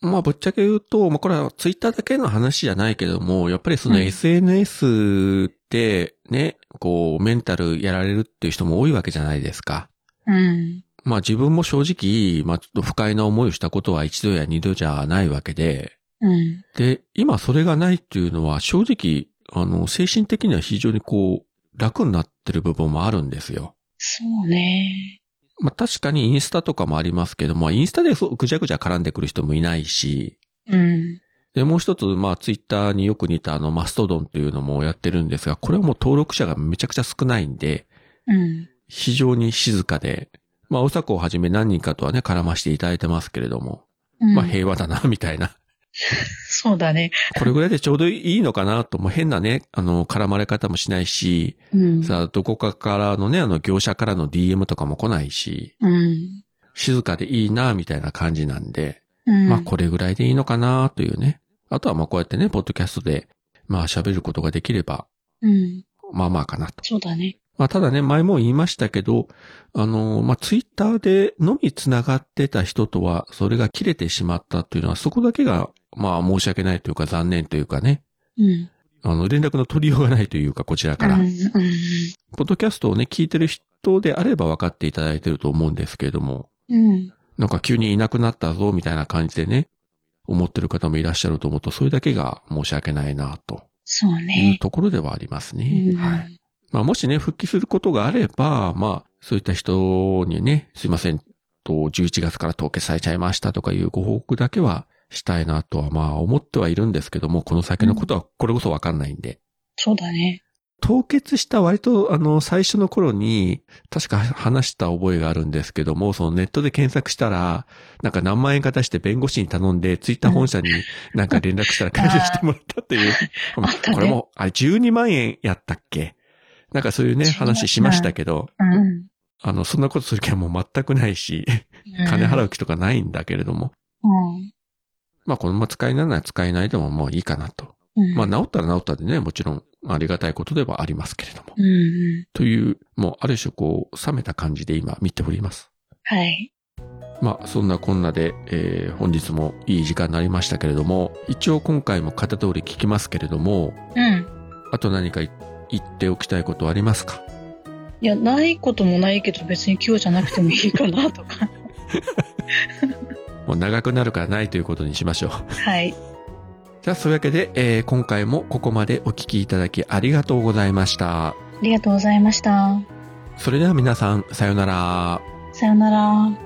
[SPEAKER 1] まあぶっちゃけ言うと、まあこれはツイッターだけの話じゃないけども、やっぱりその
[SPEAKER 2] うん
[SPEAKER 1] SNS ってね、こうメンタルやられるっていう人も多いわけじゃないですか。
[SPEAKER 2] うん。
[SPEAKER 1] まあ自分も正直、まあちょっと不快な思いをしたことは一度や二度じゃないわけで、
[SPEAKER 2] うん。
[SPEAKER 1] で、今それがないっていうのは正直、あの、精神的には非常にこう、楽になってる部分もあるんですよ。
[SPEAKER 2] そうね。
[SPEAKER 1] まあ確かにインスタとかもありますけども、インスタでそうぐちゃぐちゃ絡んでくる人もいないし、
[SPEAKER 2] うん。
[SPEAKER 1] で、もう一つ、まあ、ツイッターによく似たあの、マストドンっていうのもやってるんですが、これはもう登録者がめちゃくちゃ少ないんで、
[SPEAKER 2] うん。
[SPEAKER 1] 非常に静かで、まあ、おさこをはじめ何人かとはね、絡ましていただいてますけれども、
[SPEAKER 2] うん、
[SPEAKER 1] まあ、平和だな、みたいな。
[SPEAKER 2] そうだね。
[SPEAKER 1] これぐらいでちょうどいいのかなと、もう変なね、あの、絡まれ方もしないし、
[SPEAKER 2] うん。
[SPEAKER 1] さあ、どこかからのね、あの、業者からの DM とかも来ないし、
[SPEAKER 2] うん。
[SPEAKER 1] 静かでいいな、みたいな感じなんで、
[SPEAKER 2] うん。
[SPEAKER 1] まあこれぐらいでいいのかなというね。あとはまあこうやってね、ポッドキャストで、まあ喋ることができれば、
[SPEAKER 2] うん。
[SPEAKER 1] まあまあかなと。
[SPEAKER 2] そうだね。
[SPEAKER 1] まあただね、前も言いましたけど、あのー、まあツイッターでのみ繋がってた人とは、それが切れてしまったというのは、そこだけが、まあ申し訳ないというか残念というかね、
[SPEAKER 2] うん。
[SPEAKER 1] あの、連絡の取りようがないというか、こちらから
[SPEAKER 2] うん。。うん
[SPEAKER 1] ポッドキャストをね、聞いてる人であれば分かっていただいてると思うんですけれども、
[SPEAKER 2] うん。
[SPEAKER 1] なんか急にいなくなったぞ、みたいな感じでね、思ってる方もいらっしゃると思うと、それだけが申し訳ないな、と
[SPEAKER 2] そう
[SPEAKER 1] いう
[SPEAKER 2] ね。
[SPEAKER 1] ところではあります
[SPEAKER 2] う
[SPEAKER 1] ね。
[SPEAKER 2] ん
[SPEAKER 1] はい。まあ、もしね、復帰することがあれば、まあ、そういった人にね、すいません、と、11月から凍結されちゃいましたとかいうご報告だけはしたいなとは、まあ、思ってはいるんですけども、この先のことはこれこそわかんないんで。
[SPEAKER 2] そうだね。
[SPEAKER 1] 凍結した割と、あの、最初の頃に、確か話した覚えがあるんですけども、そのネットで検索したら、なんか何万円か出して弁護士に頼んで、ツイッター本社になんか連絡したら解除してもらったっていう。
[SPEAKER 2] (laughs) あったね
[SPEAKER 1] これも、あれ12万円やったっけなんかそういうね、
[SPEAKER 2] 12万
[SPEAKER 1] 話しましたけど、
[SPEAKER 2] うん。
[SPEAKER 1] あの、そんなことする気はもう全くないし、金払う気とかないんだけれども、
[SPEAKER 2] うん。
[SPEAKER 1] まあこのまま使えないなら使えないでももういいかなと。
[SPEAKER 2] うん。
[SPEAKER 1] まあ治ったら治ったでね、もちろんありがたいことではありますけれども。
[SPEAKER 2] うんうん。
[SPEAKER 1] という、もうある種こう、冷めた感じで今見ております。
[SPEAKER 2] はい。
[SPEAKER 1] まあ、そんなこんなで、えー本日もいい時間になりましたけれども、一応今回も片通り聞きますけれども、
[SPEAKER 2] うん。
[SPEAKER 1] あと何か言言っておきたいことはありますか
[SPEAKER 2] いや、ないこともないけど別に今日じゃなくてもいいかなとか。
[SPEAKER 1] もう長くなるからないということにしましょう。
[SPEAKER 2] (laughs)
[SPEAKER 1] (laughs)
[SPEAKER 2] はい。
[SPEAKER 1] じゃあ、そういうわけで、えー今回もここまでお聞きいただきありがとうございました。
[SPEAKER 2] ありがとうございました。
[SPEAKER 1] それでは皆さん、さようなら。
[SPEAKER 2] さよなら。